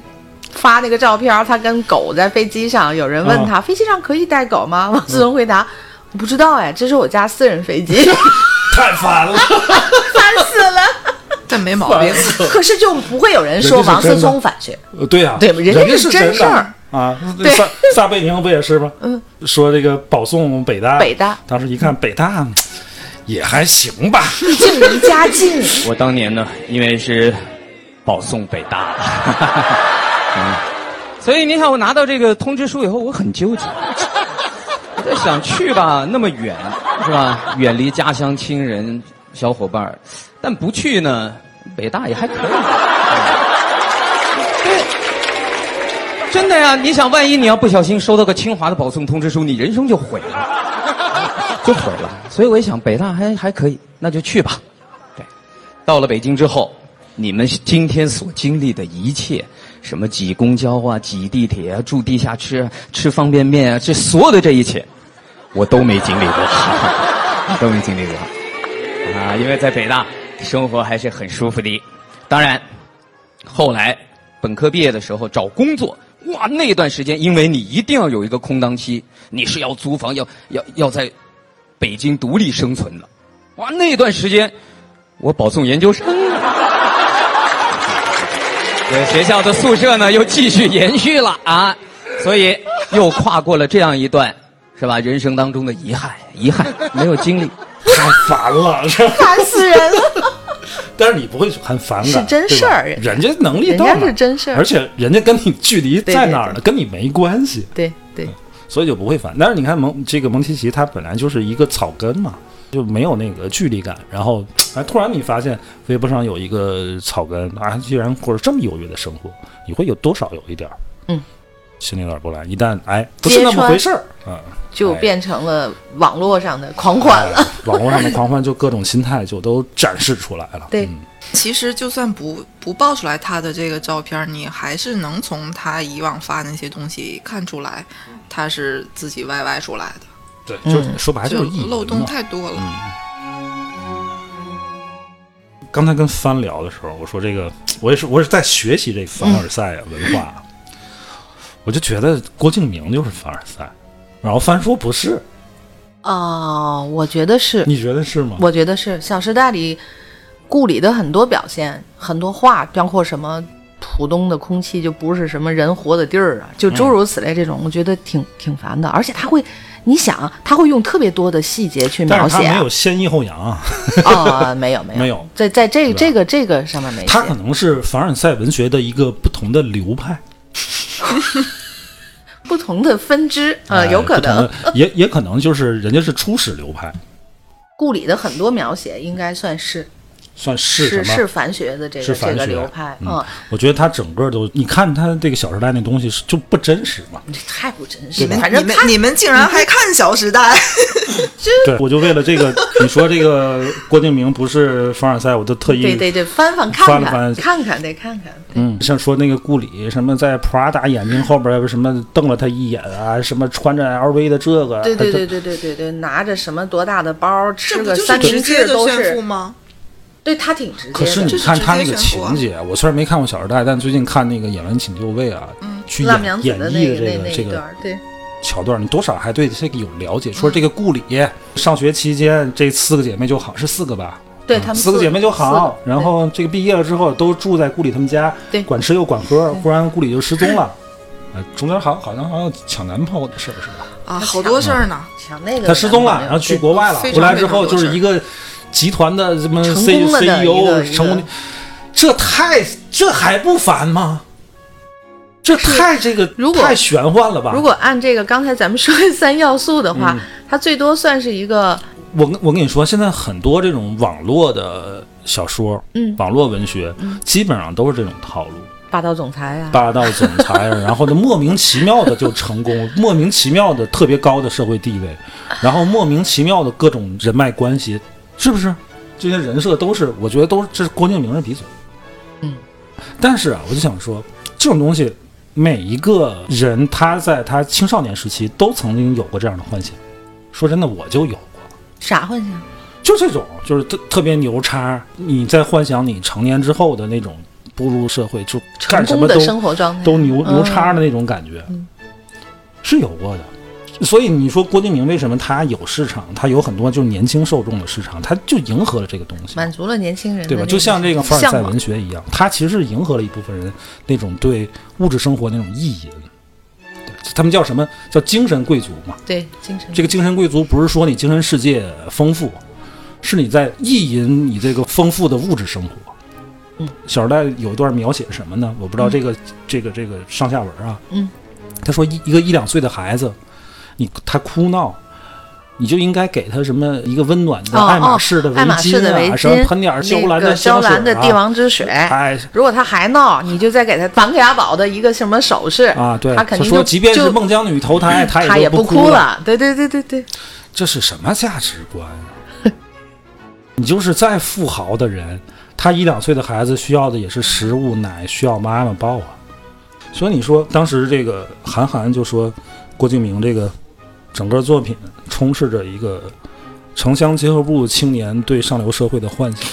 [SPEAKER 2] 发那个照片，他跟狗在飞机上，有人
[SPEAKER 1] 啊
[SPEAKER 2] 问他、飞机上可以带狗吗？王思聪回答。我不知道哎，这是我家私人 飞机，
[SPEAKER 1] 太烦 了，
[SPEAKER 2] 烦死了。
[SPEAKER 3] 但没毛
[SPEAKER 1] 烦
[SPEAKER 3] 病。
[SPEAKER 1] 死了。
[SPEAKER 2] 可是就不会有人说
[SPEAKER 1] 人家
[SPEAKER 2] 王
[SPEAKER 1] 是真的
[SPEAKER 2] 思聪反学，
[SPEAKER 1] 呃，对呀、
[SPEAKER 2] 对人家
[SPEAKER 1] 家
[SPEAKER 2] 是
[SPEAKER 1] 真
[SPEAKER 2] 真事儿
[SPEAKER 1] 的啊。
[SPEAKER 2] 对
[SPEAKER 1] 撒撒贝宁不也是吗？
[SPEAKER 2] 嗯，
[SPEAKER 1] 说这个保送北大，
[SPEAKER 2] 北大
[SPEAKER 1] 当时一看北大嗯也还行吧，
[SPEAKER 2] 竟离家 近。
[SPEAKER 5] 我当年呢，因为是保送北大， 嗯所以你看我拿到这个通知书以后，我很纠结，我在想去吧，那么远是吧？远离家乡亲人小伙伴儿但不去呢，北大也还可以。 对，真的呀，你想，万一你要不小心收到个清华的保送通知书，你人生就毁了，就毁了。 所以我一想，北大还还可以，那就去吧。到了北京之后，你们今天所经历的一切，什么挤公交啊、挤地铁啊、住地下吃啊吃方便面啊，这所有的这一切，我都没经历过， 都没经历过啊！因为在北大生活还是很舒服的。当然，后来本科毕业的时候找工作，哇，那段时间因为你一定要有一个空档期，你是要租房，要要要在北京独立生存的，哇，那段时间。我保送研究生了。对，学校的宿舍呢又继续延续了啊，所以又跨过了这样一段，是吧？人生当中的遗憾，遗憾没有经历。
[SPEAKER 1] 太烦了。是吧
[SPEAKER 2] 烦死人了！
[SPEAKER 1] 但是你不会很反感，
[SPEAKER 2] 是真事儿
[SPEAKER 1] 对吧人家能力
[SPEAKER 2] 人
[SPEAKER 1] 到
[SPEAKER 2] 家
[SPEAKER 1] 哪儿
[SPEAKER 2] 是真事儿
[SPEAKER 1] 而且人家跟你距离
[SPEAKER 2] 对
[SPEAKER 1] 在
[SPEAKER 2] 对
[SPEAKER 1] 哪儿呢，跟你没关系，
[SPEAKER 2] 对对，
[SPEAKER 1] 所以就不会烦。但是你看蒙这个蒙提奇，他本来就是一个草根嘛，就没有那个距离感。然后，哎，突然你发现微博上有一个草根啊，居然过着这么优越的生活，你会有多少有一点儿，
[SPEAKER 2] 嗯，
[SPEAKER 1] 心里有点波澜。一旦哎，不是那么回事儿，嗯，
[SPEAKER 2] 就
[SPEAKER 1] 哎
[SPEAKER 2] 变成了网络上的狂欢了。
[SPEAKER 1] 哎网络上的狂欢就各种心态就都展示出来了。
[SPEAKER 2] 对
[SPEAKER 1] 嗯
[SPEAKER 3] 其实就算不不爆出来他的这个照片，你还是能从他以往发那些东西看出来，他是自己 YY 出来的，
[SPEAKER 1] 对，
[SPEAKER 2] 嗯
[SPEAKER 1] 就是说白了
[SPEAKER 3] 就
[SPEAKER 1] 就是意淫
[SPEAKER 3] 漏
[SPEAKER 1] 嘛
[SPEAKER 3] 洞太多了。
[SPEAKER 1] 刚才跟帆聊的时候，我说这个，我也是我也是在学习这个凡尔赛文化，我就觉得郭敬明就是凡尔赛，然后帆说不是，
[SPEAKER 2] 哦，我觉得是，
[SPEAKER 1] 你觉得是吗？
[SPEAKER 2] 我觉得是《小时代》里顾里的很多表现、很多话，包括什么浦东的空气就不是什么人活的地儿啊，
[SPEAKER 1] 嗯
[SPEAKER 2] 就诸如此类这种，我觉得挺挺烦的。而且他会，你想，他会用特别多的细节去
[SPEAKER 1] 但
[SPEAKER 2] 描
[SPEAKER 1] 是他
[SPEAKER 2] 写
[SPEAKER 1] 没
[SPEAKER 2] 啊
[SPEAKER 1] 有先抑后扬啊，
[SPEAKER 2] 啊，没有没有
[SPEAKER 1] 没有
[SPEAKER 2] 在在这
[SPEAKER 1] 吧
[SPEAKER 2] 这个这个上面没写啊
[SPEAKER 1] 他，可能是凡尔赛文学的一个不同的流派，
[SPEAKER 2] 不同的分支呃，
[SPEAKER 1] 哎
[SPEAKER 2] 有可
[SPEAKER 1] 不同
[SPEAKER 2] 能
[SPEAKER 1] 的。 也也可能就是人家是初始流派，
[SPEAKER 2] 顾里的很多描写应该算是
[SPEAKER 1] 算是
[SPEAKER 2] 是
[SPEAKER 1] 什么？
[SPEAKER 2] 是凡学的这
[SPEAKER 1] 是
[SPEAKER 2] 个
[SPEAKER 1] 凡学
[SPEAKER 2] 这个流派，哦
[SPEAKER 1] 嗯，我觉得他整个都，你看他这个《小时代》那东西是就不真实嘛。
[SPEAKER 2] 这太不真
[SPEAKER 3] 你
[SPEAKER 2] 实了。
[SPEAKER 3] 们
[SPEAKER 2] 反
[SPEAKER 3] 你
[SPEAKER 2] 正
[SPEAKER 3] 们
[SPEAKER 2] 看
[SPEAKER 3] 你们竟然还看《小时代》
[SPEAKER 1] 对，我就为了这个，你说这个郭敬明不是凡尔赛，我都特意
[SPEAKER 2] 对对对，翻翻
[SPEAKER 1] 翻
[SPEAKER 2] 看
[SPEAKER 1] 了翻
[SPEAKER 2] 看看看得看看，
[SPEAKER 1] 嗯，像说那个顾里什么在普拉达眼睛后边儿什么瞪了他一眼啊，什么穿着 LV 的这个啊，
[SPEAKER 2] 对对对
[SPEAKER 1] 他
[SPEAKER 2] 对对对对，拿着什么多大的包，
[SPEAKER 3] 这
[SPEAKER 2] 吃
[SPEAKER 3] 不
[SPEAKER 2] 个
[SPEAKER 3] 就是
[SPEAKER 2] 三明
[SPEAKER 3] 直接
[SPEAKER 2] 治
[SPEAKER 3] 的
[SPEAKER 2] 都
[SPEAKER 3] 炫富
[SPEAKER 2] 是，
[SPEAKER 3] 吗？
[SPEAKER 2] 对他挺直接的。
[SPEAKER 1] 可是你
[SPEAKER 3] 这是
[SPEAKER 1] 看
[SPEAKER 3] 直
[SPEAKER 1] 他
[SPEAKER 3] 接
[SPEAKER 1] 那个
[SPEAKER 3] 选
[SPEAKER 1] 情
[SPEAKER 3] 过
[SPEAKER 1] 节，我虽然没看过《小时代》，但最近看那个《演员请就位》啊，去演
[SPEAKER 2] 辣嗯娘子
[SPEAKER 1] 演
[SPEAKER 2] 的那
[SPEAKER 1] 绎
[SPEAKER 2] 个那那
[SPEAKER 1] 的这个这
[SPEAKER 2] 一
[SPEAKER 1] 个
[SPEAKER 2] 段儿，嗯对，
[SPEAKER 1] 桥段，你多少还对这个有了解。说这个顾里上学期间，这四个姐妹就好，是四个吧？
[SPEAKER 2] 对她们
[SPEAKER 1] 啊四个
[SPEAKER 2] 四
[SPEAKER 1] 姐妹就
[SPEAKER 2] 四
[SPEAKER 1] 好
[SPEAKER 2] 个，
[SPEAKER 1] 然后这个毕业了之后都住在顾里他们家，
[SPEAKER 2] 对
[SPEAKER 1] 管吃又管喝，忽然顾里就失踪了。呃，中间好像好像好像抢男朋友的事儿是吧？
[SPEAKER 3] 啊，好多事儿呢。
[SPEAKER 2] 抢那个
[SPEAKER 1] 她失踪了，
[SPEAKER 2] 男朋友
[SPEAKER 1] 然后去国外了，
[SPEAKER 3] 非常
[SPEAKER 1] 回来之后就是一个集团的什么 C
[SPEAKER 2] 成功了的
[SPEAKER 1] CEO
[SPEAKER 2] 一个
[SPEAKER 1] 成功的
[SPEAKER 2] 一个，
[SPEAKER 1] 这太这还不烦吗？这太这个
[SPEAKER 2] 如果
[SPEAKER 1] 太玄幻了吧？嗯
[SPEAKER 2] 如果按这个刚才咱们说的三要素的话，它最多算是一个
[SPEAKER 1] 我跟我跟你说，现在很多这种网络的小说，
[SPEAKER 2] 嗯
[SPEAKER 1] 网络文学，基本上都是这种套路。
[SPEAKER 2] 霸道总裁啊，
[SPEAKER 1] 霸道总裁，然后呢，莫名其妙的就成 功，莫名其妙的特别高的社会地位，然后莫名其妙的各种人脉关系，是不是？这些人设都是，我觉得都是这是郭敬明的鼻祖。
[SPEAKER 2] 嗯，
[SPEAKER 1] 但是啊，我就想说，这种东西，每一个人他在他青少年时期都曾经有过这样的幻想。说真的，我就有过。
[SPEAKER 2] 啥幻想？
[SPEAKER 1] 就这种，就是特特别牛叉。你在幻想你成年之后的那种步入社会，就干
[SPEAKER 2] 成
[SPEAKER 1] 什
[SPEAKER 2] 功
[SPEAKER 1] 么都
[SPEAKER 2] 的生活状态
[SPEAKER 1] 都牛
[SPEAKER 2] 嗯
[SPEAKER 1] 牛叉的那种感觉，是有过的。所以你说郭敬明为什么他有市场，他有很多就是年轻受众的市场，他就迎合了这个东西，
[SPEAKER 2] 满足了年轻人的
[SPEAKER 1] 对吧？
[SPEAKER 2] 那
[SPEAKER 1] 就
[SPEAKER 2] 种
[SPEAKER 1] 像这个凡尔赛
[SPEAKER 2] 向往
[SPEAKER 1] 文学一样，他其实是迎合了一部分人那种对物质生活那种意淫。对，他们叫什么叫精神贵族嘛？
[SPEAKER 2] 对精神
[SPEAKER 1] 这个精神贵族不是说你精神世界丰富，是你在意淫你这个丰富的物质生活。嗯，小时代有一段描写什么呢？我不知道这个、这个这个上下文啊。
[SPEAKER 2] 嗯，
[SPEAKER 1] 他说一一个一两岁的孩子，你他哭闹。你就应该给他什么一个温暖的
[SPEAKER 2] 哦
[SPEAKER 1] 爱马
[SPEAKER 2] 哦
[SPEAKER 1] 仕的围
[SPEAKER 2] 爱马仕
[SPEAKER 1] 巾
[SPEAKER 2] 的
[SPEAKER 1] 啊，
[SPEAKER 2] 围
[SPEAKER 1] 什么喷点儿
[SPEAKER 2] 那
[SPEAKER 1] 兰的
[SPEAKER 2] 个
[SPEAKER 1] 香
[SPEAKER 2] 娇
[SPEAKER 1] 水、啊、
[SPEAKER 2] 兰的帝王之水。
[SPEAKER 1] 哎，
[SPEAKER 2] 如果他还闹，你就再给 他梵克雅宝的一个什么首饰
[SPEAKER 1] 啊，对，
[SPEAKER 2] 他肯定
[SPEAKER 1] 说
[SPEAKER 2] 就
[SPEAKER 1] 即便是
[SPEAKER 2] 就
[SPEAKER 1] 孟姜女投胎，他
[SPEAKER 2] 他
[SPEAKER 1] 也
[SPEAKER 2] 也
[SPEAKER 1] 就不
[SPEAKER 2] 哭
[SPEAKER 1] 了。
[SPEAKER 2] 了。对对对对对，
[SPEAKER 1] 这是什么价值观啊？ 你就是再富豪的人，他一两岁的孩子需要的也是食物、奶，需要妈妈抱啊。所以你说，当时这个韩寒就说，郭敬明这个整个作品充斥着一个城乡结合部青年对上流社会的幻想，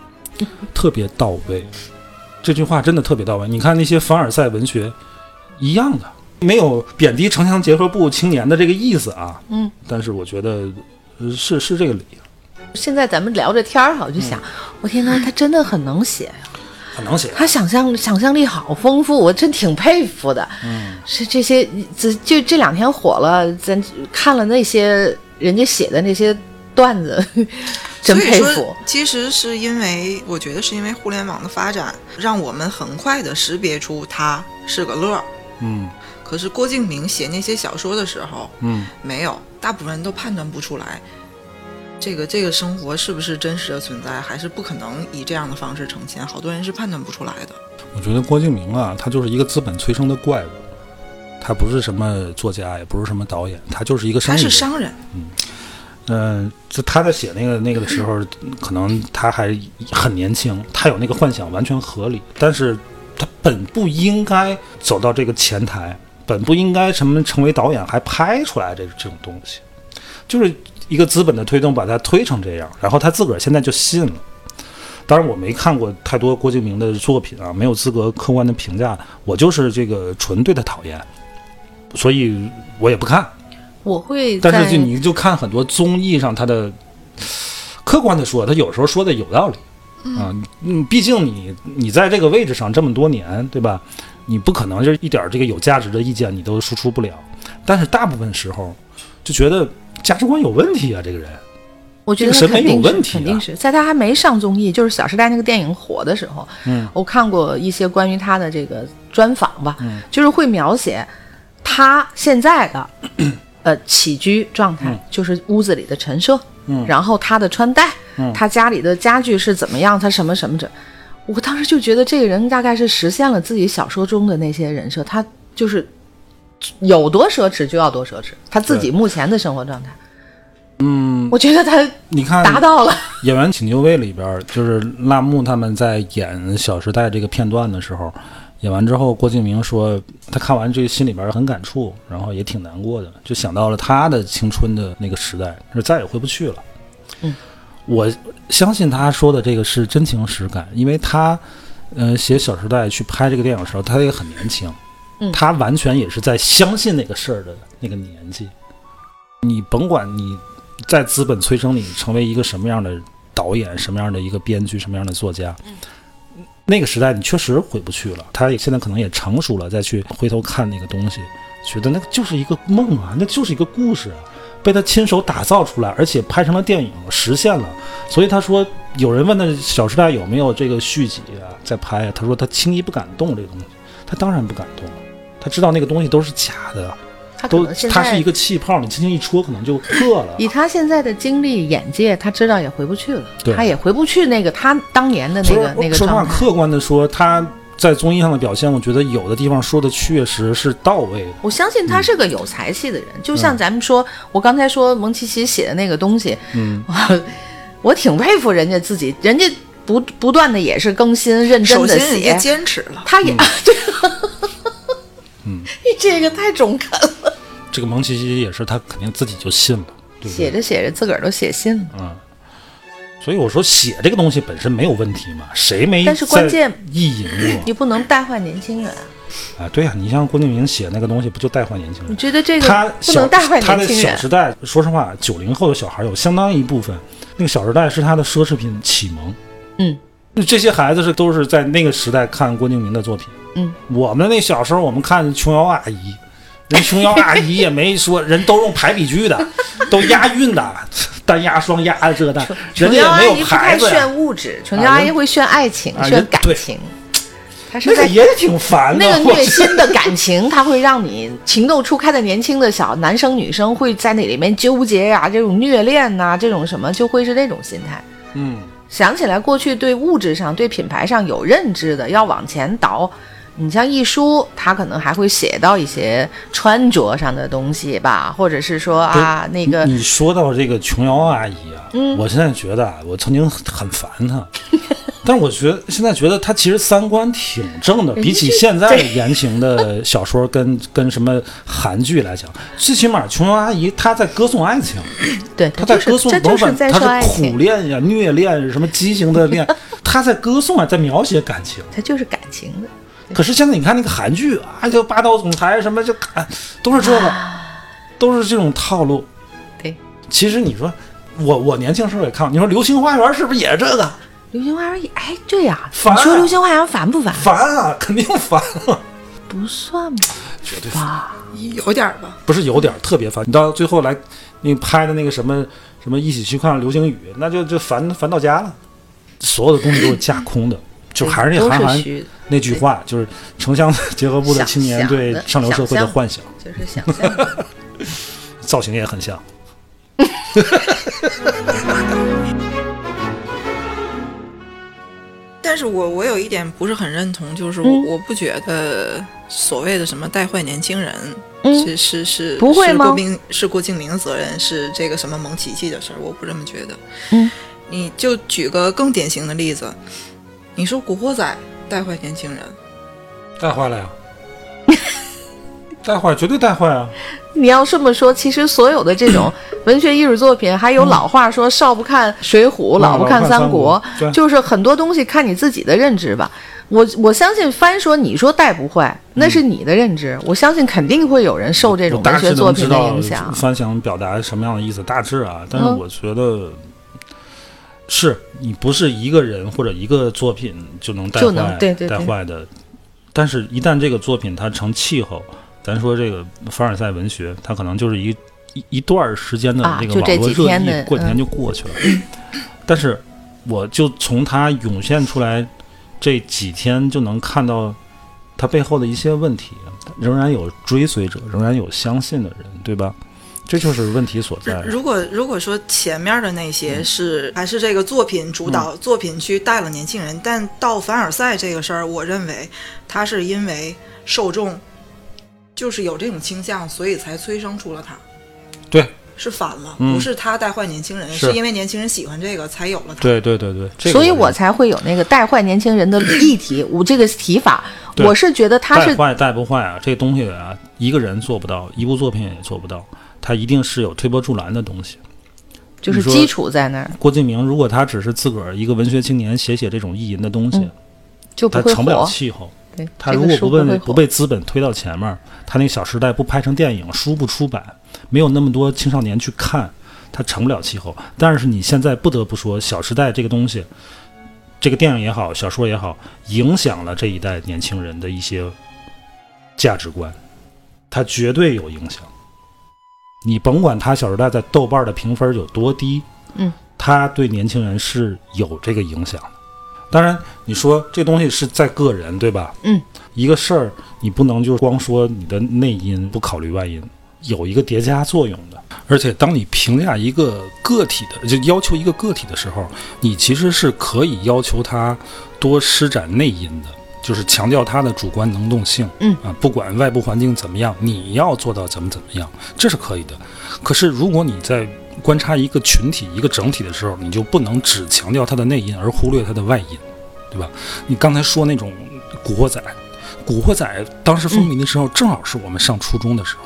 [SPEAKER 1] 特别到位。这句话真的特别到位。你看那些凡尔赛文学，一样的，没有贬低城乡结合部青年的这个意思啊。
[SPEAKER 2] 嗯，
[SPEAKER 1] 但是我觉得呃是是这个理，
[SPEAKER 2] 现在咱们聊着天儿哈，我
[SPEAKER 1] 嗯
[SPEAKER 2] 就想，我天呐，他真的很能写呀，
[SPEAKER 1] 很能写。
[SPEAKER 2] 他想象想象力好丰富，我真挺佩服的。嗯，是这些，这就这两天火了，咱看了那些人家写的那些段子， 真
[SPEAKER 3] 所以
[SPEAKER 2] 佩
[SPEAKER 3] 说
[SPEAKER 2] 服。，
[SPEAKER 3] 其实是因为我觉得是因为互联网的发展，让我们很快的识别出他是个乐儿。
[SPEAKER 1] 嗯
[SPEAKER 3] 可是郭敬明写那些小说的时候，
[SPEAKER 1] 嗯，
[SPEAKER 3] 没有，大部分人都判断不出来，这个这个生活是不是真实的存在，还是不可能以这样的方式呈现。好多人是判断不出来的。
[SPEAKER 1] 我觉得郭敬明啊，他就是一个资本催生的怪物，他不是什么作家，也不是什么导演，他就是一个
[SPEAKER 3] 他
[SPEAKER 1] 生意
[SPEAKER 3] 是
[SPEAKER 1] 人。
[SPEAKER 3] 商人，
[SPEAKER 1] 嗯，就他在写那个那个的时候，可能他还很年轻，他有那个幻想完全合理，但是他本不应该走到这个前台，本不应该什么成为导演，还拍出来这这种东西，就是一个资本的推动把他推成这样，然后他自个儿现在就信了。当然，我没看过太多郭敬明的作品啊，没有资格客观的评价。我就是这个纯对他讨厌，所以我也不看。
[SPEAKER 2] 我会在，
[SPEAKER 1] 但是就你就看很多综艺上他的，客观的说，他有时候说的有道理，啊，嗯，毕竟你你在这个位置上这么多年，对吧？你不可能就是一点儿这个有价值的意见你都输出不了，但是大部分时候就觉得价值观有问题啊，这个人，
[SPEAKER 2] 我觉得
[SPEAKER 1] 这个审美
[SPEAKER 2] 肯定
[SPEAKER 1] 有
[SPEAKER 2] 是
[SPEAKER 1] 问题啊
[SPEAKER 2] 肯定是在他还没上综艺，就是《小时代》那个电影火的时候，
[SPEAKER 1] 嗯，
[SPEAKER 2] 我看过一些关于他的这个专访吧，
[SPEAKER 1] 嗯
[SPEAKER 2] 就是会描写他现在的呃起居状
[SPEAKER 1] 嗯
[SPEAKER 2] 态，就是屋子里的陈设，嗯，然后他的穿戴，嗯，他家里的家具是怎么样，他什么什么的。我当时就觉得这个人大概是实现了自己小说中的那些人设，他就是有多奢侈就要多奢侈，他自己目前的生活状态，嗯，我觉得他
[SPEAKER 1] 你看
[SPEAKER 2] 达到了。
[SPEAKER 1] 演员请就位里边儿，就是辣目他们在演《小时代》这个片段的时候，演完之后，郭敬明说他看完这个心里边儿很感触，然后也挺难过的，就想到了他的青春的那个时代，是再也回不去了。嗯，我相信他说的这个是真情实感，因为他，呃，写《小时代》去拍这个电影的时候，他也很年轻，
[SPEAKER 2] 嗯
[SPEAKER 1] 他完全也是在相信那个事儿的那个年纪。你甭管你在资本催生你成为一个什么样的导演、什么样的一个编剧、什么样的作家。
[SPEAKER 2] 嗯
[SPEAKER 1] 那个时代你确实回不去了，他也现在可能也成熟了，再去回头看那个东西，觉得那就是一个梦啊，那就是一个故事啊，被他亲手打造出来，而且拍成了电影，实现了。所以他说，有人问他《小时代》有没有这个续集啊，在拍啊，他说他轻易不敢动这个东西，他当然不敢动，他知道那个东西都是假的，
[SPEAKER 2] 他啊可
[SPEAKER 1] 都
[SPEAKER 2] 能现
[SPEAKER 1] 它是
[SPEAKER 2] 在
[SPEAKER 1] 一个气泡，你轻轻一戳可能就破了。
[SPEAKER 2] 以他现在的经历、眼界，他知道也回不去了
[SPEAKER 1] 对，
[SPEAKER 2] 他也回不去那个他当年的那
[SPEAKER 1] 说
[SPEAKER 2] 个那个
[SPEAKER 1] 说实话，
[SPEAKER 2] 状态。
[SPEAKER 1] 客观的说，他在综艺上的表现，我觉得有的地方说的确实是到位的。
[SPEAKER 2] 我相
[SPEAKER 1] 嗯
[SPEAKER 2] 信他是个有才气的人，就像咱们说，我刚才说蒙奇奇写的那个东西，嗯，我我挺佩服人家自己，人家不不断的也是更新、认真
[SPEAKER 3] 首
[SPEAKER 2] 的
[SPEAKER 3] 先人家
[SPEAKER 2] 写，
[SPEAKER 3] 坚持了，
[SPEAKER 2] 他也、
[SPEAKER 1] 嗯
[SPEAKER 2] 对，你 这个太中肯了，
[SPEAKER 1] 这个蒙奇奇也是他肯定自己就信了，对不
[SPEAKER 2] 写
[SPEAKER 1] 对？
[SPEAKER 2] 着写着自个儿都写信
[SPEAKER 1] 嗯
[SPEAKER 2] 了。
[SPEAKER 1] 所以我说写这个东西本身没有问题嘛，谁没？
[SPEAKER 2] 但是关键
[SPEAKER 1] 意淫
[SPEAKER 2] 你
[SPEAKER 1] 过
[SPEAKER 2] 不能带坏年轻人啊，
[SPEAKER 1] 啊？对呀、你像郭敬明写那个东西，不就带坏年轻人
[SPEAKER 2] 你？觉得这
[SPEAKER 1] 他
[SPEAKER 2] 个不能带坏
[SPEAKER 1] 他的《
[SPEAKER 2] 年轻
[SPEAKER 1] 小
[SPEAKER 2] 人
[SPEAKER 1] 时？代》，说实话，九零后的小孩有相当一部分，那个《小时代》是他的奢侈品启蒙。
[SPEAKER 2] 嗯，
[SPEAKER 1] 这些孩子是都是在那个时代看郭敬明的作品。
[SPEAKER 2] 嗯，
[SPEAKER 1] 我们那小时候我们看琼瑶阿姨，人琼瑶阿姨也没说人都用排比句的，都押韵的，单押双押的这的，人
[SPEAKER 2] 琼
[SPEAKER 1] 家也
[SPEAKER 2] 瑶阿
[SPEAKER 1] 没有
[SPEAKER 2] 姨不
[SPEAKER 1] 牌
[SPEAKER 2] 太
[SPEAKER 1] 子呀。啊
[SPEAKER 2] 炫物质，琼瑶阿姨会炫爱情、
[SPEAKER 1] 啊人
[SPEAKER 2] 炫感
[SPEAKER 1] 对
[SPEAKER 2] 情。她是
[SPEAKER 1] 那个
[SPEAKER 2] 在
[SPEAKER 1] 也挺烦的，
[SPEAKER 2] 那个
[SPEAKER 1] 我
[SPEAKER 2] 虐
[SPEAKER 1] 觉得
[SPEAKER 2] 心的 感情，它会让你情窦初开的年轻的小男生女生会在那里面纠结呀、这种虐恋呐、这种什么，就会是这种心态。
[SPEAKER 1] 嗯，
[SPEAKER 2] 想起来过去对物质上、对品牌上有认知的，要往前倒。你像一书，他可能还会写到一些穿着上的东西吧，或者是说啊，那个
[SPEAKER 1] 哎
[SPEAKER 2] 嗯
[SPEAKER 1] 你说到这个琼瑶阿姨啊，我现在觉得啊，我曾经很很烦她， 但是我觉得现在觉得她其实三观挺正的，比起现在言情的小说 跟跟什么韩剧来讲，最起码琼瑶阿姨她在歌颂爱情，
[SPEAKER 2] 对，
[SPEAKER 1] 她
[SPEAKER 2] 他
[SPEAKER 1] 在
[SPEAKER 2] 就
[SPEAKER 1] 歌
[SPEAKER 2] 是
[SPEAKER 1] 颂
[SPEAKER 2] 这
[SPEAKER 1] 甭
[SPEAKER 2] 就是
[SPEAKER 1] 管
[SPEAKER 2] 在说
[SPEAKER 1] 她
[SPEAKER 2] 爱
[SPEAKER 1] 是苦
[SPEAKER 2] 情，
[SPEAKER 1] 恋呀、虐恋什么畸形的 恋，她在歌颂啊，在描写感情。
[SPEAKER 2] 他就是感情的。
[SPEAKER 1] 可是现在你看那个韩剧啊，就霸道总裁什么就啊都是这个，都是这种套路。
[SPEAKER 2] 啊对，
[SPEAKER 1] 其实你说我我年轻时候也看过，你说《流星花园》是不是也是这个？
[SPEAKER 2] 流星花园，哎，对呀、
[SPEAKER 1] 烦啊
[SPEAKER 2] 你说流星花园烦不烦？
[SPEAKER 1] 烦啊，肯定烦 啊，
[SPEAKER 2] 不算吧，
[SPEAKER 1] 绝对
[SPEAKER 2] 吧，
[SPEAKER 3] 有点儿吧。
[SPEAKER 1] 不是有点儿特别烦。你到最后来，你拍的那个什么什么一起去看流星雨，那就就烦烦到家了。所有的东西都是架空的，就还是那
[SPEAKER 2] 都
[SPEAKER 1] 韩
[SPEAKER 2] 是
[SPEAKER 1] 寒
[SPEAKER 2] 虚的，
[SPEAKER 1] 那句话，就是城乡结合部的青年
[SPEAKER 2] 想
[SPEAKER 1] 对
[SPEAKER 2] 的
[SPEAKER 1] 上流社会
[SPEAKER 2] 想
[SPEAKER 1] 的
[SPEAKER 2] 象
[SPEAKER 1] 幻想，
[SPEAKER 2] 就是想象的。
[SPEAKER 1] 造型也很像。
[SPEAKER 3] 但是我我有一点不是很认同，就是我、
[SPEAKER 2] 嗯
[SPEAKER 3] 我不觉得所谓的什么带坏年轻人，
[SPEAKER 2] 嗯
[SPEAKER 3] 是是是，
[SPEAKER 2] 不会
[SPEAKER 3] 是
[SPEAKER 2] 吗
[SPEAKER 3] 郭冰是郭敬明的责任，是这个什么蒙奇奇的事儿，我不这么觉得。
[SPEAKER 2] 嗯，
[SPEAKER 3] 你就举个更典型的例子，你说《古惑仔》带坏年轻人，
[SPEAKER 1] 带坏了呀， 带坏，绝对带坏啊！
[SPEAKER 2] 你要这么说，其实所有的这种
[SPEAKER 1] 嗯
[SPEAKER 2] 文学艺术作品，还有老话说“少不看水浒，
[SPEAKER 1] 嗯
[SPEAKER 2] 老不看三
[SPEAKER 1] 老
[SPEAKER 2] 国
[SPEAKER 1] 不看三国对”，
[SPEAKER 2] 就是很多东西看你自己的认知吧。我我相信翻说你说带不坏，那是你的认知。我相信肯定会有人受这
[SPEAKER 1] 嗯
[SPEAKER 2] 种
[SPEAKER 1] 我大
[SPEAKER 2] 文学
[SPEAKER 1] 致
[SPEAKER 2] 作
[SPEAKER 1] 能知
[SPEAKER 2] 品的
[SPEAKER 1] 道
[SPEAKER 2] 影响。
[SPEAKER 1] 翻想表达什么样的意思，大致啊，但是
[SPEAKER 2] 嗯
[SPEAKER 1] 我觉得是你不是一个人或者一个作品就能带
[SPEAKER 2] 就
[SPEAKER 1] 坏
[SPEAKER 2] 能对对
[SPEAKER 1] 带
[SPEAKER 2] 对
[SPEAKER 1] 坏的，但是一旦这个作品它成气候，咱说这个凡尔赛文学，它可能就是一一一段时间的
[SPEAKER 2] 啊
[SPEAKER 1] 这个
[SPEAKER 2] 就这
[SPEAKER 1] 网络
[SPEAKER 2] 几
[SPEAKER 1] 热
[SPEAKER 2] 天
[SPEAKER 1] 议，
[SPEAKER 2] 的
[SPEAKER 1] 过几天
[SPEAKER 2] 嗯
[SPEAKER 1] 就过去了。但是我就从它涌现出来这几天就能看到它背后的一些问题，仍然有追随者，仍然有相信的人，对吧？这就是问题所在。
[SPEAKER 3] 如果如果说前面的那些
[SPEAKER 1] 嗯
[SPEAKER 3] 是、还是这个作品主导，作品去带了年轻人，但到凡尔赛这个事儿，我认为他是因为受众就是有这种倾向，所以才催生出了他。
[SPEAKER 1] 对，
[SPEAKER 3] 是反了，
[SPEAKER 1] 嗯
[SPEAKER 3] 不是他带坏年轻人，
[SPEAKER 1] 是
[SPEAKER 3] 因为年轻人喜欢这个才有了他。
[SPEAKER 1] 对对对对，这个
[SPEAKER 2] 所以
[SPEAKER 1] 认
[SPEAKER 2] 我才会有那个带坏年轻人的 议题，我这个提法，
[SPEAKER 1] 对
[SPEAKER 2] 我是觉得他
[SPEAKER 1] 带
[SPEAKER 2] 是
[SPEAKER 1] 坏带不坏啊，这东西啊，一个人做不到，一部作品也做不到，它一定是有推波助澜的东西。
[SPEAKER 2] 就是
[SPEAKER 1] 你说
[SPEAKER 2] 基础在那儿，
[SPEAKER 1] 郭敬明如果他只是自个儿一个文学青年写写这种意淫的东西，
[SPEAKER 2] 就嗯不
[SPEAKER 1] 他
[SPEAKER 2] 会
[SPEAKER 1] 成不了
[SPEAKER 2] 火。
[SPEAKER 1] 气候。
[SPEAKER 2] 对，
[SPEAKER 1] 他
[SPEAKER 2] 这
[SPEAKER 1] 如
[SPEAKER 2] 个
[SPEAKER 1] 果
[SPEAKER 2] 书
[SPEAKER 1] 不
[SPEAKER 2] 不
[SPEAKER 1] 被
[SPEAKER 2] 会
[SPEAKER 1] 不
[SPEAKER 2] 火。
[SPEAKER 1] 被资本推到前面儿，他那个《小时代》不拍成电影，书不出版，没有那么多青少年去看，他成不了气候。但是你现在不得不说，《小时代》这个东西，这个电影也好，小说也好，影响了这一代年轻人的一些价值观，它绝对有影响。你甭管他《小时代》在豆瓣儿的评分有多低，
[SPEAKER 2] 嗯，
[SPEAKER 1] 它对年轻人是有这个影响的。当然，你说这东西是在个人，对吧？
[SPEAKER 2] 嗯，
[SPEAKER 1] 一个事儿你不能就光说你的内因，不考虑外因，有一个叠加作用的。而且，当你评价一个个体的，就要求一个个体的时候，你其实是可以要求他多施展内因的，就是强调他的主观能动性。
[SPEAKER 2] 嗯
[SPEAKER 1] 啊，不管外部环境怎么样，你要做到怎么怎么样，这是可以的。可是，如果你在观察一个群体、一个整体的时候，你就不能只强调它的内因而忽略它的外因，对吧？你刚才说那种《古惑仔》，《古惑仔》当时风靡的时候，正好是我们上初中的时候。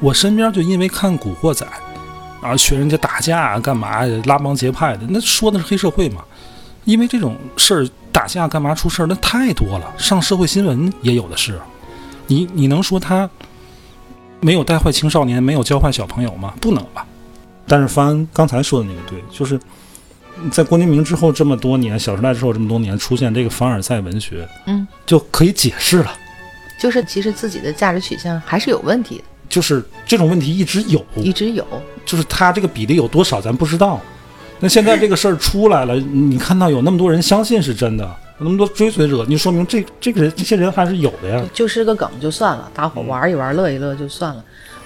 [SPEAKER 1] 我身边就因为看《古惑仔》，啊，学人家打架啊，干嘛呀拉帮结派的，那说的是黑社会嘛。因为这种事儿，打架干嘛出事儿，那太多了，上社会新闻也有的是。你你能说他没有带坏青少年，没有教坏小朋友吗？不能吧。但是翻刚才说的那个对，就是在郭敬明之后这么多年，《小时代》之后这么多年，出现这个凡尔赛文学，
[SPEAKER 2] 嗯，
[SPEAKER 1] 就可以解释了。
[SPEAKER 2] 就是其实自己的价值取向还是有问题的，
[SPEAKER 1] 就是这种问题一直有，
[SPEAKER 2] 一直有。
[SPEAKER 1] 就是他这个比例有多少咱不知道。那现在这个事儿出来了，你看到有那么多人相信是真的，有那么多追随者，你说明这这个人这些人还是有的呀。
[SPEAKER 2] 就是个梗就算了，大
[SPEAKER 1] 嗯
[SPEAKER 2] 伙玩一玩、乐一乐就算了，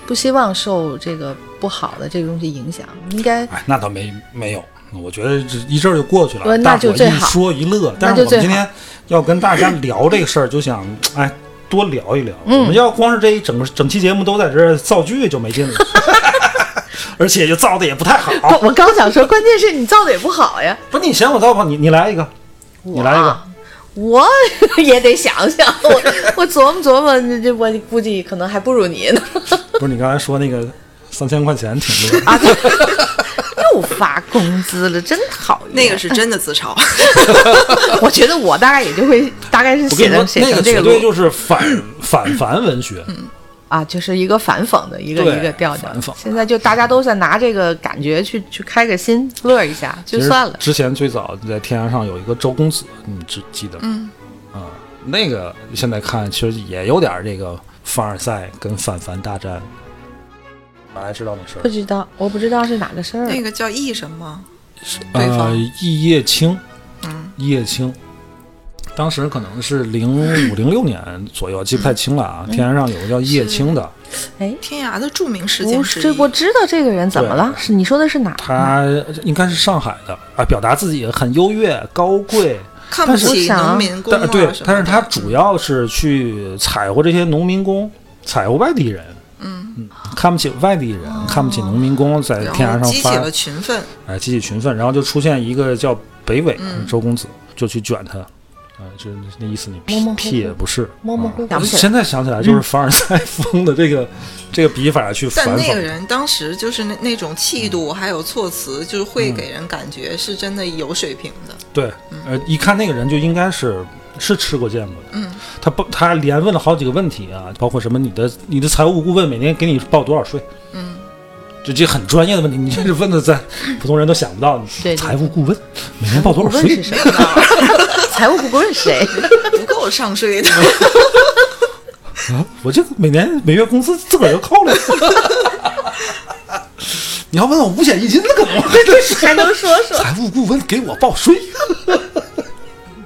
[SPEAKER 2] 不希望受这个不好的这个东西影响，应该
[SPEAKER 1] 哎，那倒没没有，我觉得这一阵儿就过去了。
[SPEAKER 2] 呃那
[SPEAKER 1] 大伙
[SPEAKER 2] 就
[SPEAKER 1] 一
[SPEAKER 2] 最好
[SPEAKER 1] 说一乐，但
[SPEAKER 2] 那
[SPEAKER 1] 是
[SPEAKER 2] 就
[SPEAKER 1] 我们
[SPEAKER 2] 最
[SPEAKER 1] 今天要跟大家聊这个事儿，就想哎多聊一聊。
[SPEAKER 2] 嗯
[SPEAKER 1] 我们要光是这一整个整期节目都在这儿造句就没劲 了，而且就造的也不太好。
[SPEAKER 2] 不，我刚想说，关键是你造的也不好呀。
[SPEAKER 1] 不是你嫌我造不好，你你来一个，
[SPEAKER 2] 啊
[SPEAKER 1] 你来一个。
[SPEAKER 2] 我 也得想想，我我琢磨琢磨，这这我估计可能还不如你呢。
[SPEAKER 1] 不是你刚才说那个三千块钱挺 多的。
[SPEAKER 2] 啊，又发工资了，真讨厌。
[SPEAKER 3] 那个是真的自 嘲，
[SPEAKER 2] 我觉得我大概也就会，大概是
[SPEAKER 1] 我跟
[SPEAKER 2] 写
[SPEAKER 1] 你说
[SPEAKER 2] 成，写
[SPEAKER 1] 那
[SPEAKER 2] 成这
[SPEAKER 1] 绝
[SPEAKER 2] 个
[SPEAKER 1] 对
[SPEAKER 2] 路
[SPEAKER 1] 就是反 反凡文学，
[SPEAKER 2] 啊，就是一个反讽的一个
[SPEAKER 1] 对
[SPEAKER 2] 一个调调
[SPEAKER 1] 反讽。
[SPEAKER 2] 现在就大家都在拿这个感觉去去开个心，乐一下就算了
[SPEAKER 1] 其。实之前最早在天涯上有一个周公子，你记记得吗？嗯啊，那个现在看其实也有点这个凡尔赛跟反凡大战。哪来知道那事
[SPEAKER 2] 不
[SPEAKER 1] 儿？
[SPEAKER 2] 知道，我不知道是哪个事儿。
[SPEAKER 3] 那个叫易什么？对
[SPEAKER 1] 呃
[SPEAKER 3] 方，
[SPEAKER 1] 一叶青，
[SPEAKER 3] 嗯，
[SPEAKER 1] 一叶青，当时可能是零五零六年左右，记不太清了啊。
[SPEAKER 2] 嗯
[SPEAKER 1] 天涯上有个叫一叶青的，
[SPEAKER 2] 哎，
[SPEAKER 3] 天涯的著名事件
[SPEAKER 2] 不
[SPEAKER 3] 之
[SPEAKER 2] 是，
[SPEAKER 3] 一。
[SPEAKER 2] 这我知道这个人怎么了？
[SPEAKER 1] 对
[SPEAKER 2] 是你说的是哪？
[SPEAKER 1] 他应该是上海的啊，表达自己很优越、高贵，
[SPEAKER 3] 看不
[SPEAKER 1] 但是
[SPEAKER 3] 起农民工啊
[SPEAKER 1] 但对，
[SPEAKER 3] 什么
[SPEAKER 1] 但是
[SPEAKER 3] 的
[SPEAKER 1] 他主要是去踩活这些农民工，踩活外地人。嗯看不起外地人，看不起农民工，在天
[SPEAKER 3] 哦
[SPEAKER 1] 涯
[SPEAKER 3] 然后
[SPEAKER 1] 上
[SPEAKER 3] 激起
[SPEAKER 1] 发
[SPEAKER 3] 了群愤，
[SPEAKER 1] 哎激起群愤，然后就出现一个叫北纬
[SPEAKER 3] 嗯
[SPEAKER 1] 周公子，就去卷他，啊，就是那意思你屁
[SPEAKER 2] 模模糊
[SPEAKER 1] 屁也不是，
[SPEAKER 2] 模模
[SPEAKER 1] 啊
[SPEAKER 2] 糊糊想不起来
[SPEAKER 1] 现在想起来就是凡尔赛风的这个这个笔法去反
[SPEAKER 3] 但那个
[SPEAKER 1] 讽，
[SPEAKER 3] 人当时就是那那种气度，还有措辞，就是会
[SPEAKER 1] 嗯
[SPEAKER 3] 给人感觉是真的有水平的。
[SPEAKER 1] 对，呃，一看那个人就应该是是吃过见过的。嗯，他不，他连问了好几个问题啊，包括什么你的你的财务顾问每年给你报多少税？嗯，这这很专业的问题，你这是问的在 普通人都想不到。
[SPEAKER 2] 对对
[SPEAKER 1] 财务顾问每年报多少
[SPEAKER 2] 顾问
[SPEAKER 1] 税
[SPEAKER 2] 是？谁？ 财务顾问是谁？
[SPEAKER 3] 不够上税的。
[SPEAKER 1] 嗯啊，我这个每年每月工资自个儿就扣了。 你要问我五险一金的梗，我还真是
[SPEAKER 2] 还能说说？
[SPEAKER 1] 财务顾问给我报税。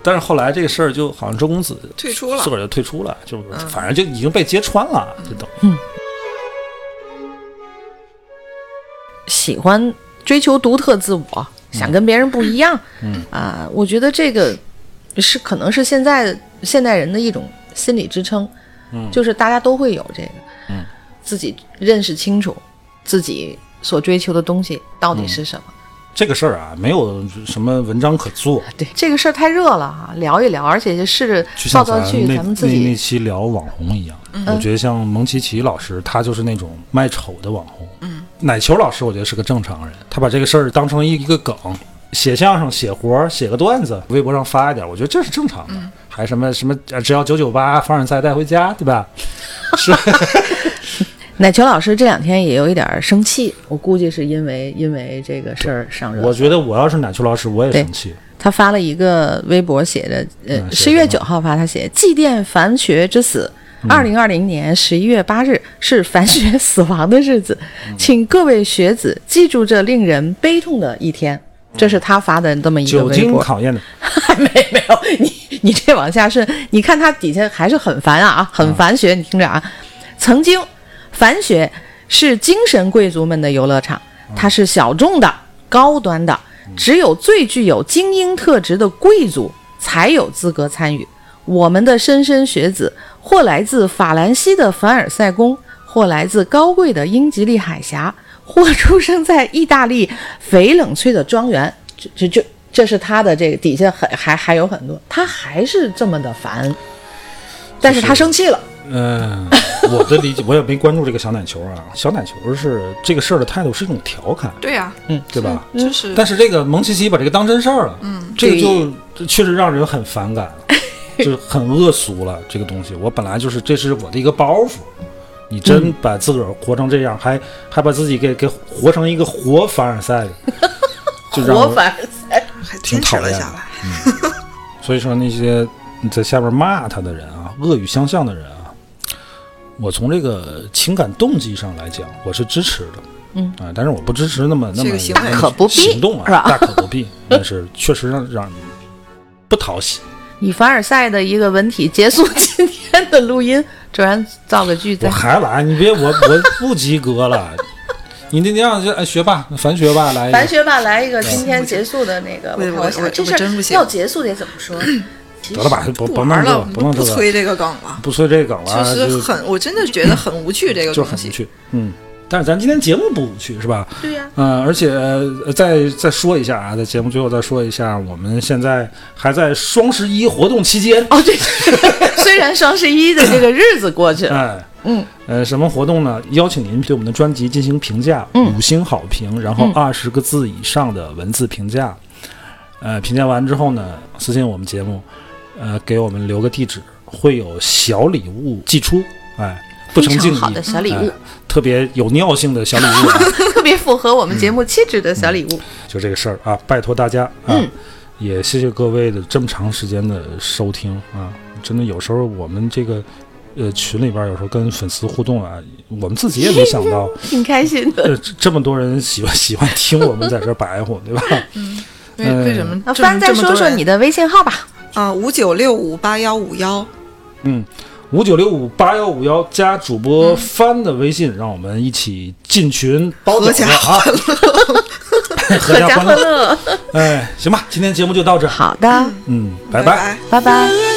[SPEAKER 1] 但是后来这个事儿就好像周公子
[SPEAKER 3] 退出了
[SPEAKER 1] 自个儿就退出了，就是反正就已经被揭穿了，就等于
[SPEAKER 2] 喜欢追求独特自我，想跟别人不一样。嗯啊、我觉得这个是可能是现在现代人的一种心理支撑，嗯，就是大家都会有这个，嗯，自己认识清楚自己所追求的东西到底是什么。
[SPEAKER 1] 这个事儿啊，没有什么文章可做。
[SPEAKER 2] 对这个事儿太热了哈、聊一聊，而且就是
[SPEAKER 1] 就
[SPEAKER 2] 造
[SPEAKER 1] 像
[SPEAKER 2] 造句，
[SPEAKER 1] 那
[SPEAKER 2] 咱们自
[SPEAKER 1] 那那
[SPEAKER 2] 己嗯
[SPEAKER 1] 期聊网红一样，我觉得像蒙奇奇老师，他就是那种卖丑的网红。嗯，奶球老师，我觉得是个正常人，他把这个事儿当成一一个梗，写相声、写活儿、写个段子，微博上发一点，我觉得这是正常的。
[SPEAKER 2] 嗯
[SPEAKER 1] 还什么什么，呃只要九九八凡尔赛带回家，对吧？是，
[SPEAKER 2] 奶球老师这两天也有一点儿生气，我估计是因为因为这个事儿上热
[SPEAKER 1] 我。觉得我要是奶球老师，我也生气。
[SPEAKER 2] 他发了一个微博，写着呃
[SPEAKER 1] 嗯
[SPEAKER 2] 十
[SPEAKER 1] 写
[SPEAKER 2] 一月
[SPEAKER 1] 什
[SPEAKER 2] 九号发，他写祭奠樊学之死。
[SPEAKER 1] 嗯
[SPEAKER 2] 二零二零年十一月八日是樊学死亡的日子，
[SPEAKER 1] 嗯
[SPEAKER 2] 请各位学子记住这令人悲痛的一天。这是他发的这么一个
[SPEAKER 1] 嗯酒
[SPEAKER 2] 微
[SPEAKER 1] 精
[SPEAKER 2] 博，
[SPEAKER 1] 考验的，
[SPEAKER 2] 还 没没有你你这往下顺，你看他底下还是很烦啊啊，
[SPEAKER 1] 嗯
[SPEAKER 2] 很繁学，你听着啊。曾经，繁学是精神贵族们的游乐场，它是小
[SPEAKER 1] 嗯
[SPEAKER 2] 众的、高端的，只有最具有精英特质的贵族才有资格参与。我们的莘莘学子，或来自法兰西的凡尔赛宫，或来自高贵的英吉利海峡，或出生在意大利翡冷翠的庄园。 这这这，这是他的这个底下很还还有很多，他还是这么的烦，但是他生气了。
[SPEAKER 1] 嗯，我的理解，我也没关注这个小奶球啊。小奶球是这个事儿的态度是一种调侃，
[SPEAKER 3] 对呀、
[SPEAKER 2] 嗯
[SPEAKER 1] 对吧？
[SPEAKER 3] 就是
[SPEAKER 1] 嗯但是这个蒙奇奇把这个当真事儿了，嗯，这个就这确实让人很反感，就是很恶俗了。这个东西，我本来就是这是我的一个包袱，你真把自个儿活成这样，还还把自己给给活成一个活凡尔赛人，就让
[SPEAKER 2] 我
[SPEAKER 1] 我
[SPEAKER 2] 反正在
[SPEAKER 3] 还
[SPEAKER 1] 挺
[SPEAKER 3] 坚持
[SPEAKER 1] 讨厌
[SPEAKER 3] 了
[SPEAKER 1] 的
[SPEAKER 3] 下来。
[SPEAKER 1] 所以说那些在下边骂他的人啊，恶语相向的人啊，我从这个情感动机上来讲，我是支持的。嗯啊，但是我不支持那么那
[SPEAKER 3] 这
[SPEAKER 1] 么
[SPEAKER 3] 个行为
[SPEAKER 1] 那么
[SPEAKER 2] 可不必
[SPEAKER 1] 行动
[SPEAKER 2] 是吧
[SPEAKER 1] 啊，大可不 必。但是确实让让人不讨喜。
[SPEAKER 2] 以凡尔赛的一个文体结束 今天的录音，卓然造个句
[SPEAKER 1] 我
[SPEAKER 2] 再
[SPEAKER 1] 还来，你别我我不及格了。你那那样就哎，学霸樊学霸来一
[SPEAKER 2] 樊
[SPEAKER 1] 个，
[SPEAKER 2] 学霸来一个今天结束的那个，
[SPEAKER 3] 我
[SPEAKER 2] 看我
[SPEAKER 3] 我
[SPEAKER 2] 想
[SPEAKER 3] 我
[SPEAKER 2] 这
[SPEAKER 3] 我
[SPEAKER 2] 事
[SPEAKER 3] 真不
[SPEAKER 2] 儿
[SPEAKER 3] 行
[SPEAKER 2] 要结束得怎么说？
[SPEAKER 1] 得了吧，不
[SPEAKER 3] 不
[SPEAKER 1] 不弄
[SPEAKER 3] 玩
[SPEAKER 1] 这
[SPEAKER 3] 了
[SPEAKER 1] 个，，不弄这
[SPEAKER 3] 不
[SPEAKER 1] 个，
[SPEAKER 3] 催这个梗了。
[SPEAKER 1] 不催这梗了，
[SPEAKER 3] 就是
[SPEAKER 1] 就
[SPEAKER 3] 很，我真的觉得很无趣，这个
[SPEAKER 1] 就
[SPEAKER 3] 东
[SPEAKER 1] 很无
[SPEAKER 3] 西。
[SPEAKER 1] 趣。嗯，但是咱今天节目不无趣是吧？
[SPEAKER 2] 对呀、
[SPEAKER 1] 嗯，而且、呃再再说一下啊，在节目最后再说一下，我们现在还在双十一活动期间，
[SPEAKER 2] 哦对， 虽然双十一的这个日子过去了，
[SPEAKER 1] 哎，嗯，呃，什么活动呢？邀请您对我们的专辑进行评价，
[SPEAKER 2] 嗯
[SPEAKER 1] 五星好评，然后二十个字以上的文字评价。呃，评价完之后呢，私信我们节目，呃，给我们留个地址，会有小礼物寄出，哎，不成
[SPEAKER 2] 非常
[SPEAKER 1] 敬意
[SPEAKER 2] 好的
[SPEAKER 3] 嗯
[SPEAKER 2] 小礼物
[SPEAKER 1] 哎特别有尿性的小礼物、啊。
[SPEAKER 2] 特别符合我
[SPEAKER 3] 嗯
[SPEAKER 2] 们节目气质的小礼物。
[SPEAKER 1] 就这个事儿啊，拜托大家啊，也谢谢各位的这么长时间的收听啊，真的有时候我们这个呃群里边儿有时候跟粉丝互动啊，我们自己也没想到，
[SPEAKER 2] 挺开心的。
[SPEAKER 1] 呃，这这么多人喜欢 喜欢听我们在这儿白话，对吧？
[SPEAKER 3] 为
[SPEAKER 1] 嗯
[SPEAKER 3] 为什么这
[SPEAKER 2] 那
[SPEAKER 3] 么？
[SPEAKER 2] 帆，再
[SPEAKER 3] 这么多
[SPEAKER 2] 说说
[SPEAKER 3] 人
[SPEAKER 2] 你的微信号吧。
[SPEAKER 3] 啊，五九六五八幺五幺，
[SPEAKER 1] 嗯，五九六五八幺五幺加主播帆的微信，让我们一起进群包饺子
[SPEAKER 3] 合家
[SPEAKER 1] 啊，合
[SPEAKER 3] 啊
[SPEAKER 1] 家
[SPEAKER 2] 家
[SPEAKER 1] 欢
[SPEAKER 2] 欢
[SPEAKER 1] 乐。
[SPEAKER 2] 乐。
[SPEAKER 1] 哎，行吧，今天节目就到这儿，
[SPEAKER 2] 好的，
[SPEAKER 1] 嗯，
[SPEAKER 3] 拜
[SPEAKER 1] 拜拜
[SPEAKER 2] 拜拜。